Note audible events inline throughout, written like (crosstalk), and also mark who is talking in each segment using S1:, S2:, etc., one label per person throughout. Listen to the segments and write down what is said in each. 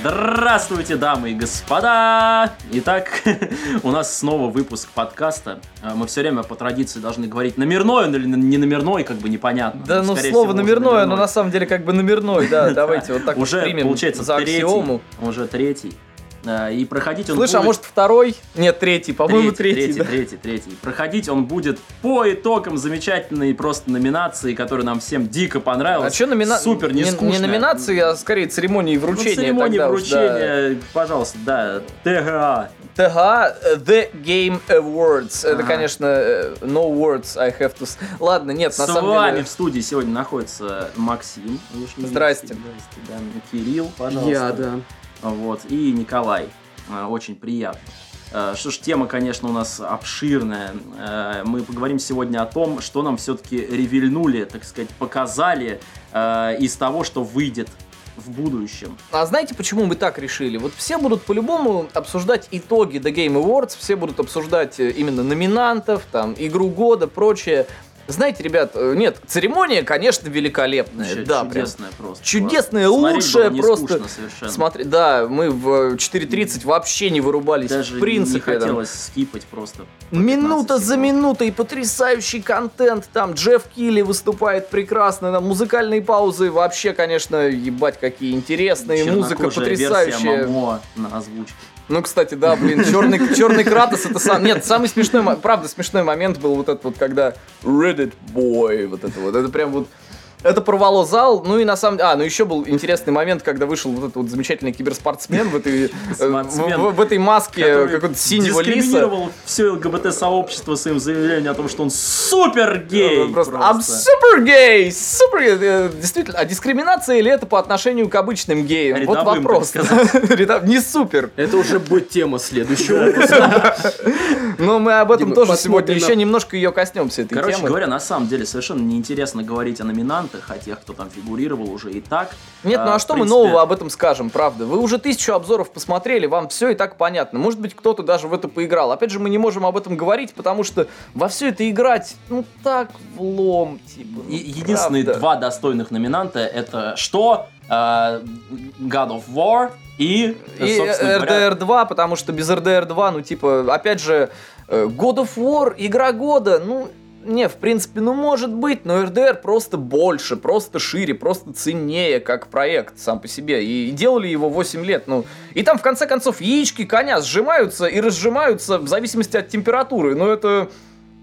S1: Здравствуйте, дамы и господа! Итак, (laughs) у нас снова выпуск подкаста. Э, Мы все время по традиции должны говорить номерной он или не номерной, как бы непонятно.
S2: Да, ну
S1: скорее
S2: слово
S1: всего, уже
S2: номерное, но на самом деле как бы номерной, да, давайте вот так вот
S1: Уже,
S2: примем
S1: получается,
S2: за
S1: третий.
S2: аксиому.
S1: Уже третий. Э, И проходить он
S2: Слышь,
S1: будет...
S2: а может второй? Нет, третий, по-моему, третий.
S1: третий,
S2: да.
S1: третий, третий. Проходить он будет по итогам замечательной просто номинации, которая нам всем дико
S2: А
S1: понравилась.
S2: что номина...
S1: Супер, не,
S2: не, не
S1: скучная.
S2: номинации, а скорее церемонии
S1: Ну,
S2: вручения.
S1: церемонии
S2: тогда уж, да.
S1: вручения, пожалуйста, да, А. ТГА.
S2: ТГА э, The Game Awards. Это,
S1: Ага.
S2: конечно, э, no words I have to... s- Ладно, нет, на
S1: С
S2: самом
S1: вами
S2: деле...
S1: в студии сегодня находится Максим. Вишневецкий.
S2: Здрасте.
S1: Здрасте, да. Кирилл, пожалуйста. Вот, и Николай. А, Очень приятно. Э, Что ж, тема, конечно, у нас обширная. Э, Мы поговорим сегодня о том, что нам все-таки ревельнули, так сказать, показали э, из того, что выйдет в будущем.
S2: А знаете, почему мы так решили? Вот все будут по-любому обсуждать итоги The Game Awards, все будут обсуждать э, именно номинантов, там, игру года, прочее. Знаете, ребят, э, нет, церемония, конечно, великолепная.
S1: Вообще
S2: Э, да, прям.
S1: чудесная просто.
S2: Чудесная,
S1: Смотреть
S2: лучшая
S1: было не
S2: просто.
S1: скучно совершенно.
S2: Смотри, да, мы в э, 4.30 вообще не вырубались.
S1: Даже
S2: в
S1: не
S2: принципе, там.
S1: хотелось скипать просто. по 15
S2: Минута за
S1: секунд.
S2: минутой потрясающий контент. Там Джефф Килли выступает прекрасно. Там музыкальные паузы вообще, конечно, ебать, какие интересные. Ну Музыка
S1: Чернокожая версия
S2: потрясающая.
S1: Момо на озвучке.
S2: Ну, кстати, да, блин, черный, черный Кратос это сам... Нет, самый смешной, мо- правда, смешной момент был вот этот вот, когда Reddit Boy, вот это вот, это прям вот... Это порвало зал, ну и на самом деле... А, ну еще был интересный момент, когда вышел вот этот вот замечательный киберспортсмен в этой, э,
S1: Спортсмен,
S2: в, в этой маске
S1: который
S2: какого-то Э, синего лиса.
S1: дискриминировал все ЛГБТ-сообщество своим заявлением о том, что он супер гей.
S2: Э, Ну, Просто, I'm super gay, super gay. Э, Действительно, а дискриминация или это по отношению к обычным геям? вот
S1: Рядовым,
S2: вопрос.
S1: так сказать.
S2: (laughs) Рядов- Не супер.
S3: Это уже будет тема следующего выпуска.
S2: Но мы об этом
S3: Дима,
S2: тоже
S3: посмотрим
S2: сегодня
S3: на-
S2: еще немножко ее коснемся, этой
S1: Короче
S2: темы.
S1: говоря, на самом деле совершенно неинтересно говорить о номинантах, о тех, кто там фигурировал уже и так.
S2: Нет, ну а
S1: в
S2: что
S1: принципе,
S2: мы нового об этом скажем, правда? Вы уже тысячу обзоров посмотрели, вам все и так понятно. Может быть, кто-то даже в это поиграл. Опять же, мы не можем об этом говорить, потому что во все это играть, ну так влом, типа. ну,
S1: е- единственные
S2: правда.
S1: два достойных номинанта это что? Э, God of War и,
S2: И э,
S1: собственно говоря,
S2: RDR 2, потому что без RDR 2, ну типа, опять же, э, God of War, игра года, ну, не, в принципе, ну может быть, но RDR просто больше, просто шире, просто ценнее, как проект сам по себе. И делали его 8 лет, ну. И там, в конце концов, яички коня сжимаются и разжимаются в зависимости от температуры. Ну это...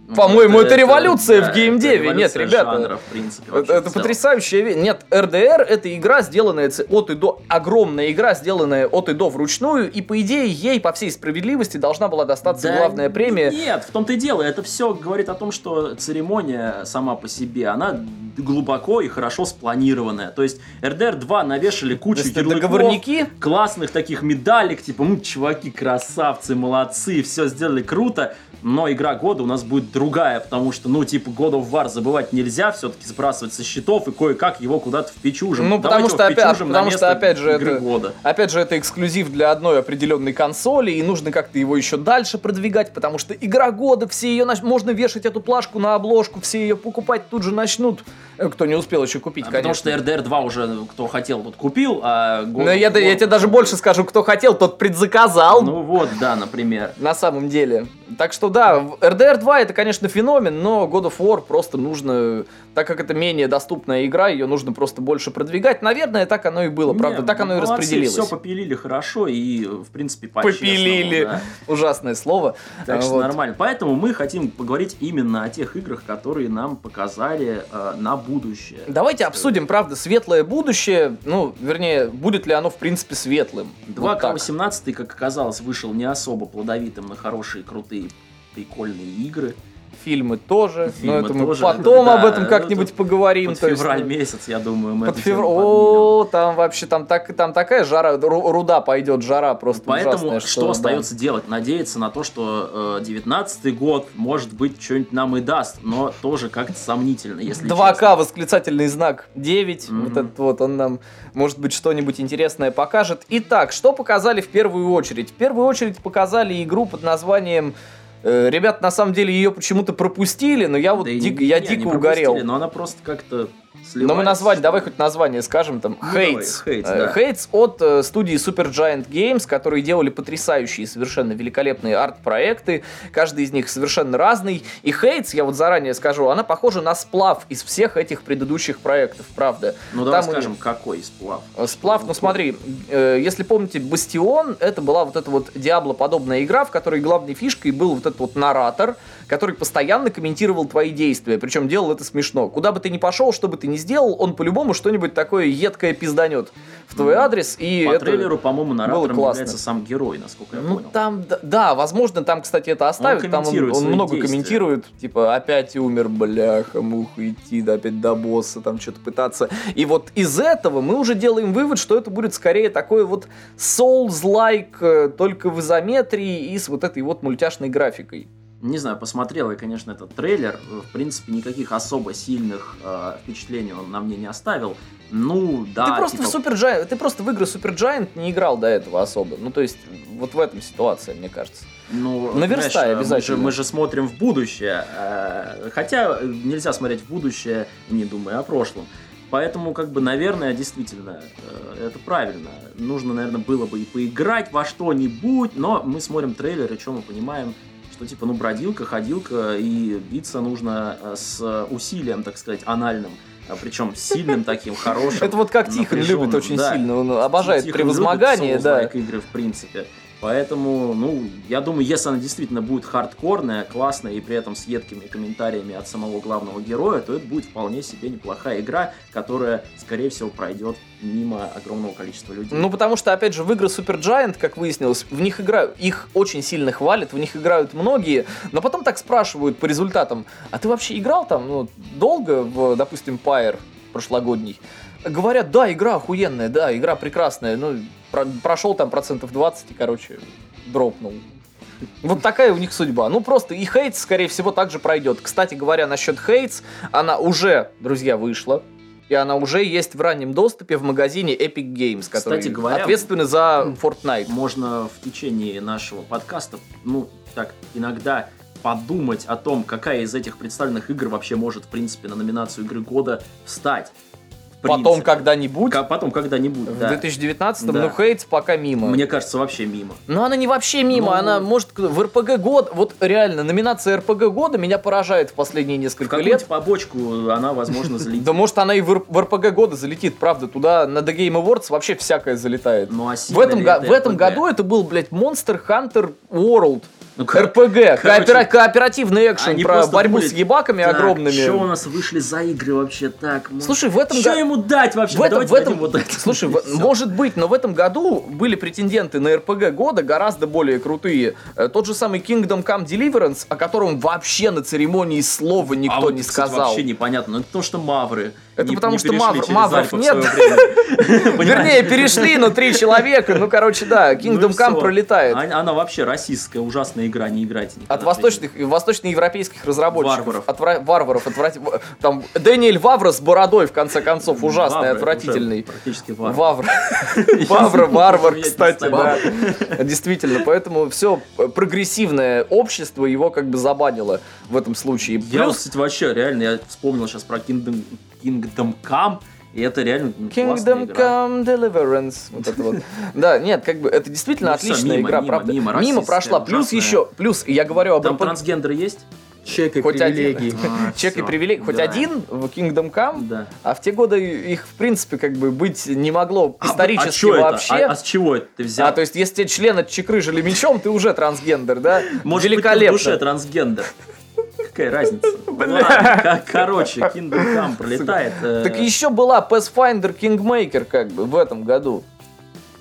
S1: ну,
S2: по-моему, это революция
S1: да,
S2: в геймдеве.
S1: это
S2: Нет,
S1: революция
S2: ребята,
S1: жанра, в принципе, вообще
S2: Это, это
S1: в целом.
S2: потрясающая вещь. Нет, РДР это игра, сделанная ц- от и до, огромная игра, сделанная от и до вручную, и по идее ей, по всей справедливости, должна была достаться
S1: Да
S2: главная премия.
S1: Нет, в том-то и дело. Это все говорит о том, что церемония сама по себе, она глубоко и хорошо спланированная. То есть RDR 2 навешали
S2: То
S1: кучу
S2: есть
S1: ярлыков,
S2: договорники,
S1: классных таких медалек, типа, ну, чуваки, красавцы, молодцы, все сделали круто, но игра года у нас будет другая, потому что, ну, типа, God of War забывать нельзя, все-таки сбрасывать со счетов и кое-как его куда-то впечужим.
S2: Ну, потому
S1: Давайте
S2: что
S1: его
S2: опять-
S1: впечужим на
S2: потому что
S1: место
S2: опять же
S1: игры
S2: это-
S1: года.
S2: опять же, это эксклюзив для одной определенной консоли, и нужно как-то его еще дальше продвигать, потому что игра года, все ее нач- можно вешать эту плашку на обложку, все ее покупать тут же начнут. Э, Кто не успел еще купить,
S1: А
S2: конечно.
S1: Потому что RDR 2 уже, ну, кто хотел, вот купил, а God
S2: Но
S1: of
S2: я, да- я
S1: War-
S2: тебе даже больше скажу, кто хотел, тот предзаказал.
S1: Ну вот, да, например.
S2: на самом деле. Так что да, в- RDR 2 это, конечно, феномен, но God of War просто нужно, так как это менее доступная игра, ее нужно просто больше продвигать. Наверное, так оно и было, правда,
S1: ну,
S2: так оно и распределилось.
S1: Все попилили хорошо и, в принципе, по
S2: Попилили. Ужасное слово.
S1: Так что
S2: Вот.
S1: нормально. Поэтому мы хотим поговорить именно о тех играх, которые нам показали э, на будущее.
S2: Давайте обсудим, правда, светлое будущее. Ну, вернее, будет ли оно, в принципе, светлым. Вот так.
S1: 2К18, как оказалось, вышел не особо плодовитым на хорошие, крутые, прикольные игры.
S2: Фильмы тоже.
S1: Фильмы
S2: но это мы
S1: тоже,
S2: потом
S1: это
S2: об
S1: да,
S2: этом
S1: ну,
S2: как-нибудь
S1: тут
S2: поговорим.
S1: Под
S2: то есть,
S1: февраль
S2: ну,
S1: месяц, я думаю, мы
S2: Под
S1: эту тему
S2: февраль.
S1: поднимем.
S2: О, там вообще там, так, там такая жара, ру- руда пойдет, жара просто
S1: Поэтому
S2: ужасная,
S1: что,
S2: да.
S1: остается делать? Надеяться на то, что э, девятнадцатый год, может быть, что-нибудь нам и даст, но тоже как-то сомнительно, если
S2: 2К
S1: честно.
S2: восклицательный знак 9.
S1: Мгм.
S2: Вот этот вот он нам, может быть, что-нибудь интересное покажет. Итак, что показали в первую очередь? В первую очередь показали игру под названием э, Э, Ребят, на самом деле ее почему-то пропустили, но я вот
S1: Да и
S2: дик-
S1: не-
S2: я
S1: не,
S2: дико
S1: не пропустили,
S2: угорел.
S1: Но она просто как-то слилась.
S2: Но Ну, мы назвать, давай хоть название скажем там.
S1: Ну, давай,
S2: Хейтс.
S1: Hates,
S2: Э,
S1: да.
S2: Hates от э, студии Supergiant Games, которые делали потрясающие, совершенно великолепные арт-проекты. Каждый из них совершенно разный. И Хейтс, я вот заранее скажу, она похожа на сплав из всех этих предыдущих проектов, правда.
S1: Ну давай
S2: Там у
S1: скажем,
S2: них-
S1: какой сплав.
S2: Э, Сплав, ну смотри, э, если помните, Бастион, это была вот эта вот Диабло-подобная игра, в которой главной фишкой был вот этот вот наратор, который постоянно комментировал твои действия, причем делал это смешно. Куда бы ты ни пошел, что бы ты ни сделал, он по-любому что-нибудь такое едкое пизданет в твой
S1: Мгм.
S2: адрес, и
S1: По
S2: это...
S1: трейлеру, по-моему, наратором
S2: классно.
S1: является сам герой, насколько я
S2: Ну
S1: понял.
S2: там, да, да, возможно, там, кстати, это оставят, там он,
S1: комментирует
S2: он
S1: свои
S2: много
S1: действия.
S2: комментирует, типа, опять умер, бляха, муха, идти, да, опять до босса, там что-то пытаться. И вот из этого мы уже делаем вывод, что это будет скорее такой вот Souls-like, э, только в изометрии и с вот этой вот мультяшной графикой.
S1: Не знаю, посмотрел я, конечно, этот трейлер. В принципе, никаких особо сильных э, впечатлений он на мне не оставил. Ну, да,
S2: ты просто
S1: типа,
S2: в Supergiant, ты просто в игры Supergiant не играл до этого особо. Ну, то есть, вот в этом ситуация, мне кажется.
S1: ну,
S2: наверстай
S1: знаешь,
S2: обязательно.
S1: Мы же, мы же смотрим в будущее. э, хотя э, нельзя смотреть в будущее, не думая о прошлом. Поэтому, как бы, наверное, действительно, э, это правильно. Нужно, наверное, было бы и поиграть во что-нибудь, но мы смотрим трейлер, и что мы понимаем, что типа, ну, бродилка, ходилка, и биться нужно э, с усилием, так сказать, анальным. Причем сильным таким, хорошим.
S2: Это вот как Тихон любит
S1: напряженным,
S2: очень
S1: да.
S2: сильно, он обожает
S1: Тихон
S2: превозмогание,
S1: любит
S2: да.
S1: Souls-like игры, в принципе. Поэтому, ну, я думаю, если она действительно будет хардкорная, классная и при этом с едкими комментариями от самого главного героя, то это будет вполне себе неплохая игра, которая, скорее всего, пройдет мимо огромного количества людей.
S2: Ну, потому что, опять же, в игры Supergiant, как выяснилось, в них играют, их очень сильно хвалят, в них играют многие, но потом так спрашивают по результатам, а ты вообще играл там, ну, долго в, допустим, Pyre прошлогодний? Говорят, да, игра охуенная, да, игра прекрасная, ну, про- прошел там процентов 20 и, короче, дропнул. Вот такая у них судьба. Ну, просто и Хейтс, скорее всего, также пройдет. Кстати говоря, насчет Хейтс, она уже, друзья, вышла. И она уже есть в раннем доступе в магазине Epic Games, который
S1: Кстати говоря,
S2: ответственны за Fortnite.
S1: Можно в течение нашего подкаста, ну, так, иногда подумать о том, какая из этих представленных игр вообще может, в принципе, на номинацию игры года встать. В
S2: Потом
S1: принципе.
S2: когда-нибудь,
S1: Ко- Потом когда-нибудь,
S2: в
S1: да.
S2: 2019-м,
S1: Да.
S2: ну, Хейтс пока мимо.
S1: Мне кажется, вообще мимо.
S2: Но она не вообще мимо,
S1: Ну-
S2: она может к- в РПГ год, вот реально, номинация РПГ года меня поражает в последние
S1: В
S2: несколько лет.
S1: какую-нибудь побочку она, возможно, залетит.
S2: Да может она и в, Р- в РПГ года залетит, правда, туда на The Game Awards вообще всякое залетает.
S1: Ну, а
S2: В
S1: сильно
S2: этом,
S1: ли
S2: го-
S1: это
S2: в этом
S1: RPG?
S2: году это был, блядь, Monster Hunter World.
S1: Ну, как-
S2: РПГ,
S1: короче,
S2: кооперативный экшен
S1: они
S2: про
S1: просто
S2: борьбу
S1: были-
S2: с ебаками
S1: Что у
S2: огромными.
S1: нас вышли за игры вообще так? мол?
S2: Слушай, в этом
S1: что
S2: го-
S1: ему дать вообще?
S2: в
S1: Да
S2: этом,
S1: давайте
S2: в этом,
S1: дадим вот это.
S2: слушай,
S1: И
S2: в-
S1: всё.
S2: может быть, но в этом году были претенденты на РПГ года гораздо более крутые. Э, Тот же самый Kingdom Come Deliverance, о котором вообще на церемонии слова никто
S1: а вот,
S2: не
S1: кстати,
S2: сказал.
S1: вообще непонятно. Ну, это потому что мавры.
S2: Это
S1: не-
S2: потому
S1: не
S2: что
S1: перешли
S2: мавр-
S1: через
S2: мавров
S1: Альпы в
S2: нет.
S1: своё
S2: (laughs)
S1: время. Понимаешь?
S2: Вернее, перешли, но три человека. Ну, короче, да,
S1: Ну и
S2: Kingdom
S1: всё. А
S2: Come пролетает.
S1: Она она вообще российская, ужасная игра, не играйте. никогда
S2: От
S1: в жизни.
S2: восточных, восточноевропейских разработчиков.
S1: Варваров.
S2: От вра- варваров. отврати- в- Там Дэниэль Вавра с бородой, в конце концов, ужасный,
S1: Вавры,
S2: отвратительный.
S1: уже Практически (laughs) варвар.
S2: Вавр. Вавра, варвар,
S1: Я не
S2: кстати, да.
S1: знаю.
S2: Действительно, поэтому все прогрессивное общество его как бы забанило в этом случае.
S1: Я, вот,
S2: Плюс
S1: кстати, вообще реально, я вспомнил сейчас про Kingdom, Kingdom Come, и это реально ну, классная
S2: Kingdom
S1: игра.
S2: Come Deliverance. Вот это вот. Да, нет, как бы это действительно
S1: Ну всё,
S2: отличная
S1: мимо,
S2: игра,
S1: мимо,
S2: правда.
S1: мимо,
S2: Мимо
S1: российская,
S2: прошла. Плюс
S1: ужасная.
S2: еще, плюс, я говорю об
S1: Там
S2: RPG.
S1: трансгендер есть?
S3: Чек и
S2: Хоть один.
S3: привилегии.
S1: А,
S2: (laughs) Чек и
S1: всё.
S2: привилегий. Хоть
S1: Да.
S2: один в Kingdom Come,
S1: Да.
S2: А в те годы их, в принципе, как бы быть не могло
S1: А, а
S2: исторически
S1: чё это?
S2: вообще.
S1: А, а с чего это ты взял?
S2: А, то есть, если тебе член отчекрыжили мечом, ты уже трансгендер, да?
S1: (laughs) Может
S2: Великолепно.
S1: быть, ты в душе трансгендер. Какая разница?
S2: (laughs) Бля.
S1: Ладно, ко- короче, Kingdom Come пролетает. э,
S2: Так еще была Pathfinder Kingmaker, как бы, в этом году.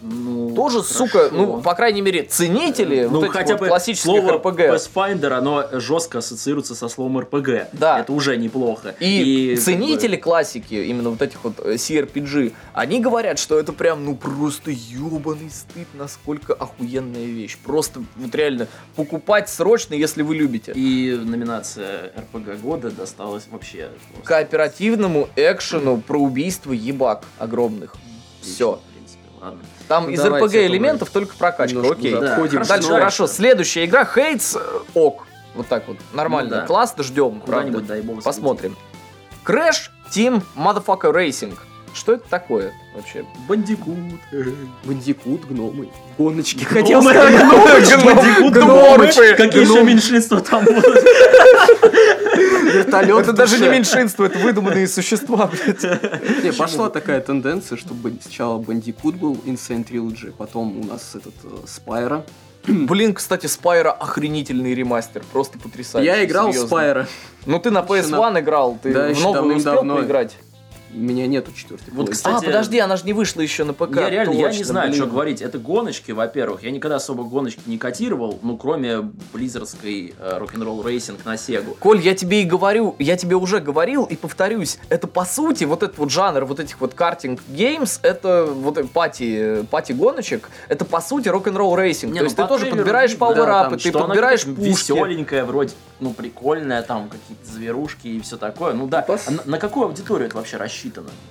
S1: ну,
S2: Тоже,
S1: хорошо.
S2: сука, ну, по крайней мере, ценители
S1: ну,
S2: вот этих
S1: хотя
S2: вот
S1: бы
S2: классических
S1: слово
S2: РПГ.
S1: Pathfinder, оно жестко ассоциируется со словом РПГ.
S2: Да.
S1: Это уже неплохо.
S2: И,
S1: как бы,
S2: ценители классики, именно вот этих вот э, CRPG, они говорят, что это прям, ну, просто ебаный стыд, насколько охуенная вещь. Просто, вот реально, покупать срочно, если вы любите.
S1: И номинация РПГ года досталась вообще... просто
S2: кооперативному экшену про убийство ебак огромных.
S1: отлично,
S2: Все.
S1: в принципе. Ладно.
S2: Там
S3: Ну,
S2: из
S3: давайте
S2: РПГ элементов только прокачка.
S3: Немножко
S2: Окей.
S3: да,
S1: Да,
S3: отходим.
S1: хорошо.
S2: Дальше
S1: Ну,
S2: хорошо. Следующая игра Хейтс э, Ок. Вот так вот. Нормально.
S1: Ну да.
S2: Классно, ждем.
S1: Куда-нибудь,
S2: правда.
S1: дай бог,
S2: Посмотрим. Crash Team Motherfucker Racing. Что это такое вообще?
S1: залетит. Бандикут.
S3: Бандикут, гномы.
S2: (laughs)
S3: Гоночки.
S2: Хотел
S1: Гномы,
S2: сказать,
S1: гномы, бандикут,
S2: гномы.
S1: гномы. Какие еще
S2: Гном.
S1: меньшинства там
S2: (laughs)
S1: будут?
S3: Вертолет.
S2: Это даже не меньшинство, это выдуманные существа, блядь.
S3: Не, пошла такая тенденция, чтобы сначала Бандикут был, Insane Trilogy, потом у нас этот э, Спайра.
S2: (laughs) Блин, кстати, Спайра охренительный ремастер, просто потрясающе.
S3: Я играл в
S2: серьезно.
S3: Спайра.
S2: Ну ты на PS1 играл, ты
S3: Да,
S2: в
S3: еще
S2: новую успел
S3: давным-давно.
S2: поиграть?
S3: У меня нету четвертой.
S1: Вот,
S3: плойки.
S1: кстати,
S2: а, подожди, она же не вышла еще на ПК.
S1: Я реально, я не
S2: точно,
S1: знаю,
S2: блин.
S1: что говорить. Это гоночки, во-первых. Я никогда особо гоночки не котировал, ну, кроме близерской рок-н-ролл рейсинг на Сегу.
S2: Коль, я тебе и говорю, я тебе уже говорил и повторюсь, это по сути вот этот вот жанр вот этих вот картинг геймс, это вот э, пати, пати гоночек, это по сути рок-н-ролл рейсинг.
S1: Не,
S2: То
S1: ну,
S2: есть ты
S1: по
S2: тоже
S1: трейлеру
S2: подбираешь
S1: видно,
S2: пауэрапы,
S3: да, там,
S2: ты
S1: Что она
S2: подбираешь
S1: какая-то
S2: пушки.
S1: веселенькая, вроде, ну, прикольная, там какие-то зверушки и все такое. Ну да.
S3: Пос-
S1: А На, на какую аудиторию это вообще рассчитано?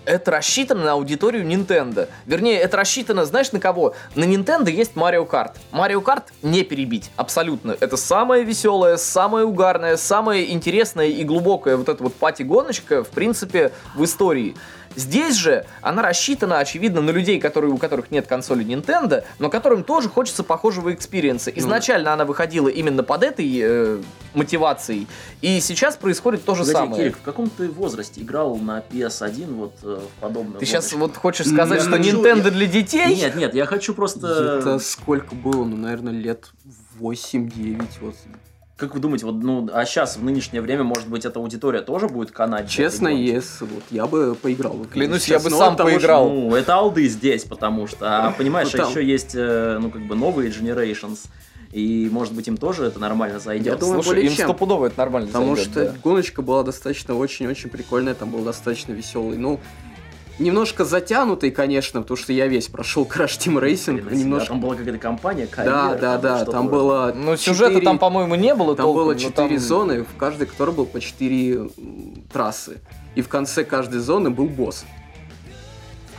S2: Это рассчитано на аудиторию Nintendo. Вернее, это рассчитано, знаешь, на кого? На Nintendo есть Mario Kart. Mario Kart не перебить, абсолютно. Это самая веселая, самая угарная, самая интересная и глубокая вот эта вот пати-гоночка, в принципе, в истории. Здесь же она рассчитана, очевидно, на людей, которые, у которых нет консоли Nintendo, но которым тоже хочется похожего экспириенса. Изначально она выходила именно под этой э, мотивацией, и сейчас происходит то же
S1: Погоди,
S2: самое.
S1: Кирик, в каком ты возрасте играл на PS1 вот э, в подобную
S2: Ты сейчас
S1: гоночку?
S2: вот хочешь
S3: ну, Я
S2: сказать, что
S3: хочу-
S2: Nintendo для детей?
S1: Нет, нет, я хочу просто...
S3: Это сколько было? Ну, наверное, лет 8-9. Вот.
S1: Как вы думаете, вот, ну, а сейчас, в нынешнее время, может быть, эта аудитория тоже будет канать? за этой
S3: Честно,
S1: гонки?
S3: yes, вот я бы поиграл. в это.
S2: Клянусь,
S3: Сейчас,
S2: я бы
S3: ну,
S2: сам
S3: от того, что-
S2: поиграл.
S1: Ну, это алды здесь, потому
S3: (laughs)
S1: что, а, понимаешь,
S3: Ну, там.
S1: еще есть, э, ну, как бы новые Generations, и, может быть, им тоже это нормально
S3: Я
S1: зайдет.
S3: думаю,
S2: Слушай,
S3: более
S2: им
S3: чем.
S2: стопудово это нормально
S3: Потому
S2: зайдет,
S3: что
S2: да.
S3: гоночка была достаточно очень-очень прикольная, там был достаточно веселый. Ну, немножко затянутый, конечно, потому что я весь прошел Crash Team
S1: Блин,
S3: Racing.
S1: а
S3: Немножко.
S1: Там была какая-то компания,
S3: Да,
S1: карьера,
S3: да, да.
S1: что-то
S3: Там
S1: вроде.
S3: было.
S2: Ну, сюжета
S3: четыре-
S2: там, по-моему, не было
S3: Там
S2: толком,
S3: было
S2: но
S3: 4
S2: там-
S3: зоны, в каждой которой было по 4 трассы. И в конце каждой зоны был босс.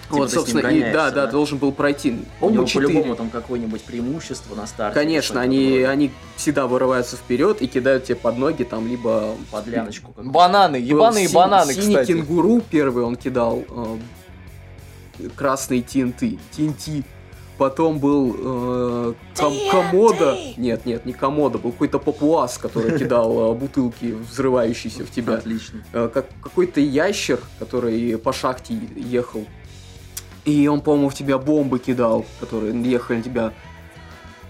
S1: Типа ты
S3: Вот,
S1: с
S3: собственно,
S1: ним
S3: и
S1: гоняешься,
S3: да, да,
S1: да?
S3: должен был пройти.
S1: У него
S3: По-моему, 4.
S1: по-любому там какое-нибудь преимущество на старте.
S3: Конечно,
S1: или что-нибудь
S3: они,
S1: такое.
S3: они всегда вырываются вперед и кидают тебе под ноги, там либо
S1: Подляночку. какую-то.
S2: Бананы, ебаные
S3: Был си-
S2: бананы,
S3: синий
S2: кстати.
S3: кенгуру первый он кидал, э, красный ТНТ, ТНТ. Потом был э, ком- комода. Нет, нет, не комода, был какой-то папуас,
S2: (laughs)
S3: который кидал э, бутылки, взрывающиеся в тебя.
S1: Отлично.
S3: Э, как какой-то ящер, который по шахте ехал. И он, по-моему, в тебя бомбы кидал, которые ехали на тебя.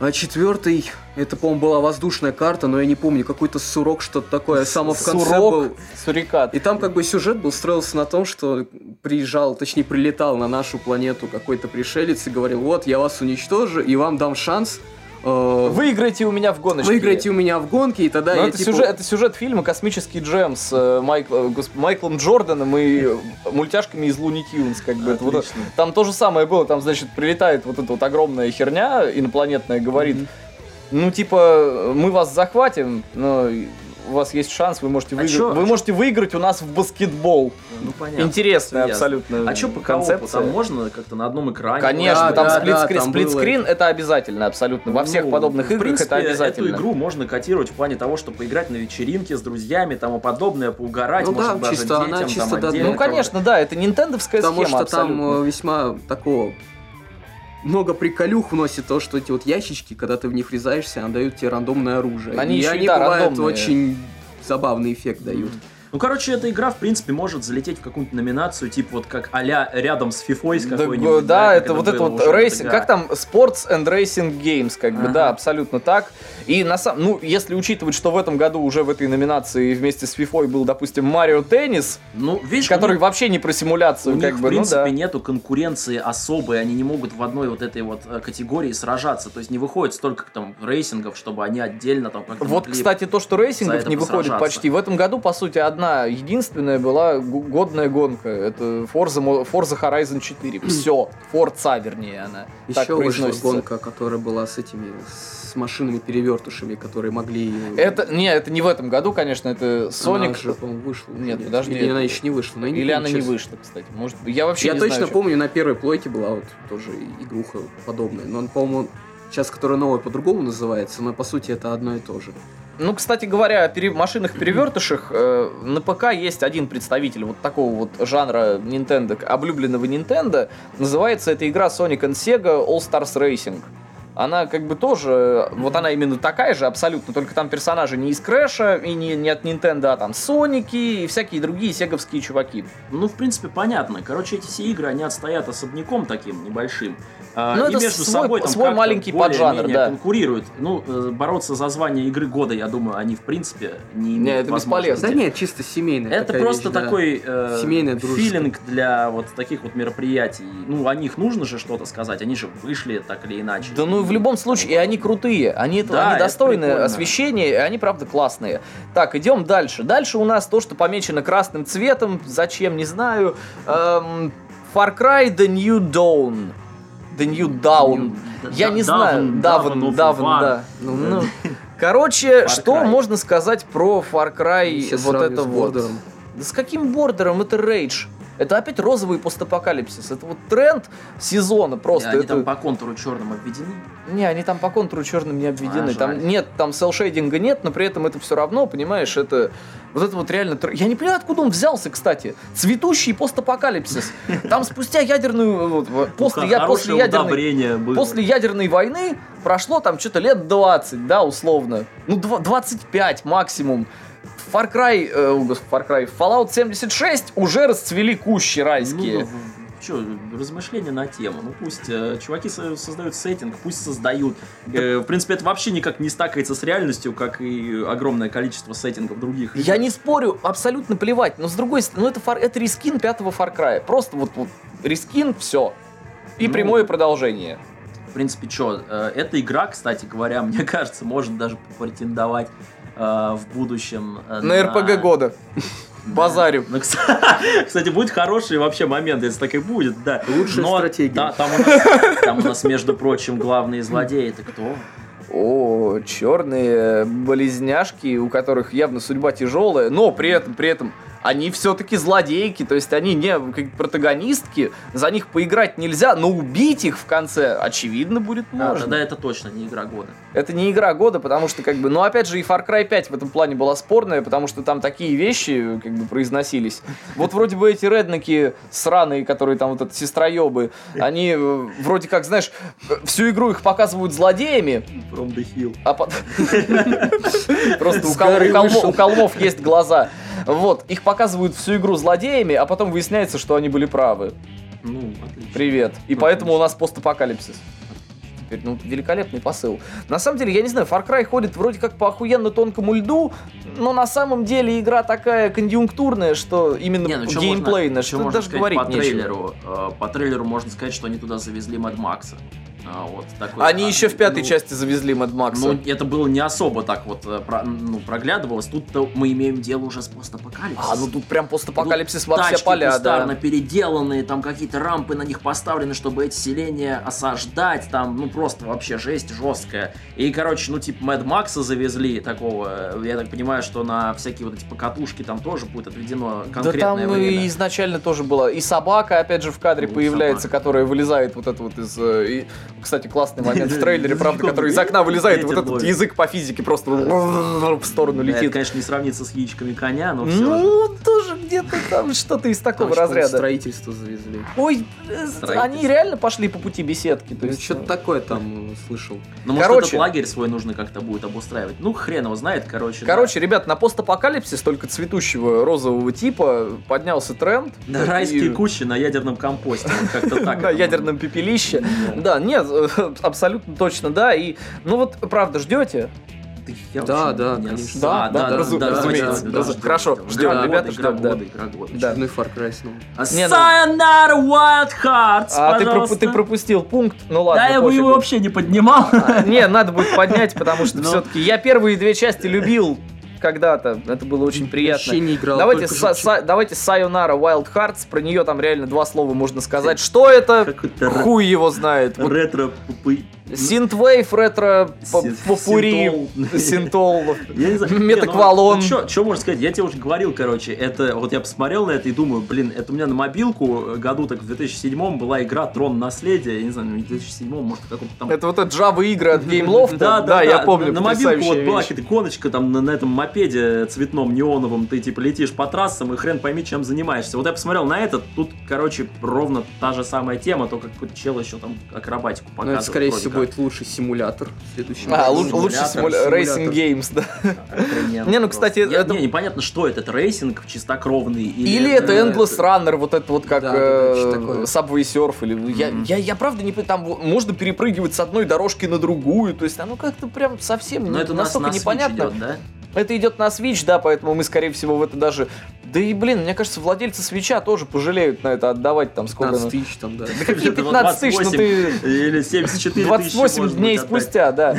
S3: А четвертый, это, по-моему, была воздушная карта, но я не помню, какой-то сурок, что-то такое. Само в конце был.
S2: Сурок, сурикат.
S3: И там как бы сюжет был строился на том, что приезжал, точнее прилетал на нашу планету какой-то пришелец и говорил, вот я вас уничтожу и вам дам шанс э,
S2: Выиграйте у меня в гоночке.
S3: выиграйте у меня в гонке и тогда
S2: Ну,
S3: я
S2: это,
S3: типа,
S2: сюжет, это сюжет фильма «Космический джем» с э, Майк- э, гос- Майклом Джорданом и э, мультяшками из Луни Тюнс. Как бы. Это вот-
S1: Отлично.
S2: там то же самое было. Там, значит, прилетает вот эта вот огромная херня инопланетная, говорит, ну, типа, мы вас захватим, но у вас есть шанс, вы можете,
S1: А
S2: выиграть,
S1: чё- а
S2: вы
S1: чё-
S2: можете выиграть у нас в баскетбол.
S1: Ну, понятно.
S2: Интересная
S1: всё ясно.
S2: абсолютно
S1: А что по коопу?
S2: концепция.
S1: Там можно как-то на одном экране?
S2: Конечно,
S3: Да,
S2: там
S3: да,
S2: сплитскри-
S3: да, там
S2: сплитскрин это обязательно, абсолютно. Во всех
S1: Ну,
S2: подобных
S1: в
S2: играх
S1: принципе,
S2: это обязательно.
S1: Эту игру можно котировать в плане того, что поиграть на вечеринке с друзьями, тому подобное, поугарать,
S3: Ну
S1: может
S3: да,
S1: даже
S3: чисто
S1: детям,
S3: она
S1: там,
S3: чисто до-
S1: отдельно
S2: Ну,
S3: Или
S2: конечно, да, это нинтендовская
S3: потому
S2: схема
S3: что
S2: абсолютно.
S3: там э, весьма такого много приколюх вносит то, что эти вот ящички, когда ты в них врезаешься, они дают тебе рандомное оружие.
S2: Они
S3: и
S2: ещё и,
S3: они
S2: да,
S3: бывают
S2: рандомные.
S3: очень забавный эффект
S1: Дают.
S3: дают.
S1: Ну, короче, эта игра, в принципе, может залететь в какую-нибудь номинацию, типа вот как а-ля рядом с фифой с
S2: Да,
S1: какой-нибудь.
S2: да,
S1: как
S2: это вот это
S1: было
S2: вот
S1: уже в
S2: рейсинг,
S1: GTA.
S2: как там, sports and racing games, как бы,
S1: Ага.
S2: да, абсолютно так. И на самом, ну, если учитывать, что в этом году уже в этой номинации вместе с FIFA был, допустим, Марио Теннис,
S1: Ну, видишь,
S2: который
S1: у
S2: вообще не про
S1: них,
S2: симуляцию,
S1: у
S2: как
S1: них,
S2: бы,
S1: в принципе,
S2: ну да.
S1: нету конкуренции особой, они не могут в одной вот этой вот э, категории сражаться, то есть не выходит столько там рейсингов, чтобы они отдельно там как-то
S2: Вот,
S1: могли-
S2: кстати, то, что рейсингов
S1: это
S2: не выходит
S1: посражаться.
S2: почти. В этом году, по сути, одна единственная была г- годная гонка. Это Forza, Mo- Forza Horizon
S1: (clears throat)
S2: 4. Все. Forza, вернее, она так
S3: Еще вышла
S2: произносится.
S3: гонка, которая была с этими с машинами-перевертышами, которые могли...
S2: Это, не, это не в этом году, конечно, это
S3: Она
S2: Sonic.
S3: же, по-моему, вышла. уже,
S2: Нет, подожди.
S3: Или она еще не вышла. но я не
S2: Или
S3: помню,
S2: она не
S3: честно.
S2: вышла, кстати. Может, я вообще
S3: Я
S2: не
S3: точно
S2: знаю, чё-
S3: помню, на первой плойке была вот тоже игруха подобная. Но, он, по-моему, Сейчас, которая новая, по-другому называется, но по сути это одно и то же.
S2: Ну, кстати говоря, о пере... машинах-перевертышах э, на ПК есть один представитель вот такого вот жанра Nintendo, облюбленного Nintendo. Называется эта игра Sonic and Sega All Stars Racing. Она как бы тоже, вот она именно такая же абсолютно, только там персонажи не из Крэша и не, не от Nintendo, а там Соники и всякие другие сеговские чуваки.
S1: Ну, в принципе, понятно. Короче, эти все игры, они отстоят особняком таким небольшим. А,
S2: Ну, это
S1: между
S2: свой-
S1: собой там
S2: свой
S1: как-то
S2: маленький
S1: более-менее
S2: поджанр, да.
S1: конкурируют. Ну, э, бороться за звание игры года, я думаю, они в принципе не имеют
S2: Не, это
S1: возможности.
S2: бесполезно.
S3: Да нет, чисто семейная.
S1: Это
S3: такая
S1: просто
S3: вещь, да.
S1: такой э,
S3: Семейная дружеская.
S1: филинг для вот таких вот мероприятий. Ну, о них нужно же что-то сказать, они же вышли так или иначе.
S2: Да ну в любом случае, и они крутые, они, это-
S1: Да,
S2: они
S1: это
S2: достойны
S1: прикольно.
S2: освещения, и они правда классные. Так, идем дальше. Дальше у нас то, что помечено красным цветом, зачем, не знаю. Эм, Far Cry The New Dawn. The New Dawn.
S1: Да-
S2: А Я не
S1: Dawn,
S2: знаю.
S1: Dawn of
S2: Даван,
S1: War.
S2: Даван, да. Ну, ну. Короче,
S1: Far
S2: что
S1: Cry.
S2: можно сказать про Far Cry
S3: Все
S2: вот
S3: сравнивают
S2: это
S3: с
S2: вот?
S3: Бордером.
S2: Да с каким бордером? Это рейдж. Это опять розовый постапокалипсис. Это вот тренд сезона просто.
S1: Они
S2: это...
S1: там по контуру черным обведены.
S2: Не, они там по контуру черным не обведены.
S1: А, жаль.
S2: там нет, там селшейдинга нет, но при этом это все равно, понимаешь, это вот это вот реально... тр- Я не понимаю, откуда он взялся, кстати. Цветущий постапокалипсис. Там спустя ядерную... э, вот, вот, После,
S1: Ну,
S2: я,
S1: хорошее
S2: после ядерной...
S1: удобрение было.
S2: После ядерной войны прошло там что-то лет 20, да, условно. Ну, дв- 25 максимум. Far Cry, э, о, господи, Far Cry, Fallout 76 уже расцвели кущи райские.
S1: Ну, чё, размышления на тему. Ну пусть э, чуваки со- создают сеттинг, пусть создают. Э, в принципе, это вообще никак не стакается с реальностью, как и огромное количество сеттингов других.
S2: Я
S1: игр.
S2: не спорю, абсолютно плевать, но с другой стороны, ну это, фар, это рискин пятого Far Cry. Просто вот, вот рискин, все. И
S1: Ну.
S2: прямое продолжение.
S1: В принципе, что, эта игра, кстати говоря, (laughs) мне кажется, может даже претендовать э, в будущем э,
S2: На РПГ года. Базарю.
S1: Ну, кс- (laughs) кстати, будет хороший вообще момент, если так и будет, да.
S3: Лучшая
S1: Но,
S3: стратегия.
S1: да, там, у нас, там у нас, между прочим, главные злодеи это кто?
S2: О, черные болезняшки, у которых явно судьба тяжелая, но при этом, при этом они все-таки злодейки, то есть они не как протагонистки, за них поиграть нельзя, но убить их в конце, очевидно, будет
S1: Да,
S2: можно.
S1: да, это точно не игра года.
S2: Это не игра года, потому что, как бы, ну, опять же, и Far Cry 5 в этом плане была спорная, потому что там такие вещи, как бы, произносились. Вот вроде бы эти редники сраные, которые там вот это сестроебы, они э, вроде как, знаешь, э, всю игру их показывают злодеями,
S1: From the Hill.
S2: а потом... (laughs) Просто у
S3: С
S2: кол-
S3: горы
S2: у колмо-
S3: вышел.
S2: у колмов есть глаза. Вот, их показывают всю игру злодеями, а потом выясняется, что они были правы.
S1: Ну, отлично.
S2: Привет. И
S1: Ну,
S2: поэтому
S1: конечно.
S2: у нас постапокалипсис. Теперь, ну, великолепный посыл. На самом деле, я не знаю, Far Cry ходит вроде как по охуенно тонкому льду, но на самом деле игра такая конъюнктурная, что именно
S1: Не, ну, чё
S2: геймплейная,
S1: можно- чё
S2: что
S1: можно
S2: даже
S1: сказать
S2: говорить
S1: по
S2: нечего.
S1: трейлеру. Э, По трейлеру можно сказать, что они туда завезли Mad Макса. А, Вот, такой,
S2: Они
S1: а,
S2: еще в пятой
S1: ну,
S2: части завезли Mad Max.
S1: Ну, это было не особо так вот э, про- ну, проглядывалось. Тут-то мы имеем дело уже с постапокалипсисом.
S2: а, ну тут прям постапокалипсис во все
S1: ну, Тачки
S2: поля, да.
S1: кустарно переделанные, там какие-то рампы на них поставлены, чтобы эти селения осаждать, там, ну, просто вообще жесть жесткая. И, короче, ну, типа, Мэд Макса завезли такого, я так понимаю, что на всякие вот эти покатушки там тоже будет отведено
S2: Да
S1: конкретное
S2: там
S1: время.
S2: и изначально тоже было. И собака, опять же, в кадре
S1: Ну,
S2: появляется,
S1: собака.
S2: которая вылезает вот это вот из... э, и, кстати, классный
S1: (laughs)
S2: момент в трейлере, правда,
S1: Языком
S2: который из окна вылезает,
S1: ветер
S2: вот этот
S1: ловит.
S2: язык по физике просто в сторону
S1: Да, Это,
S2: летит.
S1: конечно, не сравнится с яичками коня, но все же.
S2: Ну, тоже где-то там что-то из
S3: Там
S2: такого
S3: что-то
S2: разряда.
S3: Строительство завезли.
S2: Ой, э,
S1: Строительство.
S2: они реально пошли по пути беседки. То
S3: Ну,
S2: есть,
S3: что-то такое там э, слышал.
S1: Ну, может,
S2: Короче.
S1: этот лагерь свой нужно как-то будет обустраивать. Ну, хрен его знает, короче. да.
S2: Короче, ребят, на постапокалипсис только цветущего розового типа поднялся тренд.
S1: на райские
S2: И-
S1: кущи на ядерном компосте. вот Как-то так.
S2: (laughs) на
S1: это ну.
S2: ядерном пепелище.
S1: было.
S2: Да, нет, (laughs) абсолютно точно, да. И, ну вот, правда, ждете?
S1: Ты- я
S3: Да,
S1: вообще
S3: да,
S1: не
S3: конечно.
S1: ожидал.
S2: Да,
S1: Да,
S2: да,
S1: да,
S2: разу-
S1: да,
S2: разумеется,
S1: да, да,
S2: разу-
S1: да,
S2: хорошо,
S1: да,
S2: ждем,
S1: игра года,
S2: ребята,
S1: игра
S2: ждем, да.
S1: года, игра года.
S2: Да.
S3: Очередной Far Cry снова.
S1: А
S2: Не,
S1: Sayonara
S2: ну-
S1: Wild Hearts,
S2: А ты, пропу-
S1: пожалуйста.
S2: ты пропустил пункт, ну ладно.
S1: Да, я бы его
S2: пофигу.
S1: вообще не поднимал.
S2: А, Не, надо будет поднять, потому что
S1: Ну.
S2: все-таки я первые две части любил когда-то. Это было очень
S3: Вообще
S2: приятно.
S3: не играл.
S2: Давайте,
S3: только
S2: са-
S3: жучок.
S2: са- давайте Sayonara Wild Hearts, про нее там реально два слова можно сказать. Что это?
S1: Какой-то
S2: Хуй его знает. Вот
S1: ретро-пупы.
S2: Синтвейв, ретро,
S1: Син-
S2: попури, синтол,
S1: Я не ну, знаю.
S2: метаквалон.
S1: Что можно сказать? Я тебе уже говорил, короче, это вот я посмотрел на это и думаю, блин, это у меня на мобилку году так в 2007 была игра Трон Наследие, я не знаю, ну, в 2007 может в каком-то там...
S2: Это вот эта Java игры от Gameloft. я помню.
S1: На, на мобилку вот
S2: потрясающая
S1: была
S2: вещь.
S1: какая-то гоночка там на, на этом мопеде цветном, неоновом, ты типа летишь по трассам и хрен пойми, чем занимаешься. Вот я посмотрел на это, тут, короче, ровно та же самая тема, только какой-то чел еще там
S2: Ну,
S1: акробатику
S3: Но
S1: показывает.
S3: Ну, это, скорее
S1: вроде
S3: всего,
S1: как.
S3: будет лучший симулятор в следующем
S2: А,
S3: году.
S2: лу- лучше
S3: Симулятор,
S2: Racing Games, да.
S1: Охрененно
S2: Не, ну,
S1: просто.
S2: кстати,
S1: Я-
S2: это-
S1: Не, непонятно, что это, это рейсинг чистокровный?
S2: Или это Endless Runner, вот это вот как
S3: Да, да, да, что
S2: э,
S3: такое.
S2: Subway Surf. Или... ну, Я,
S1: Мгм.
S2: я, я правда не понимаю, там вот можно перепрыгивать с одной дорожки на другую, то есть оно как-то прям совсем
S1: Ну,
S2: не-
S1: это у нас
S2: настолько
S1: на Switch
S2: непонятно.
S1: идет, да?
S2: Это идет на Switch, да, поэтому мы, скорее всего, в это даже... Да и, блин, мне кажется, владельцы свеча тоже пожалеют на это отдавать там сколько...
S3: 15
S2: ну,
S3: тысяч там, да.
S2: Да какие
S1: Это вот
S2: 15 тысяч, ну
S1: 28
S2: ты...
S1: Или 74 тысячи,
S2: 28
S1: может быть,
S2: дней
S1: отдать.
S2: спустя, да.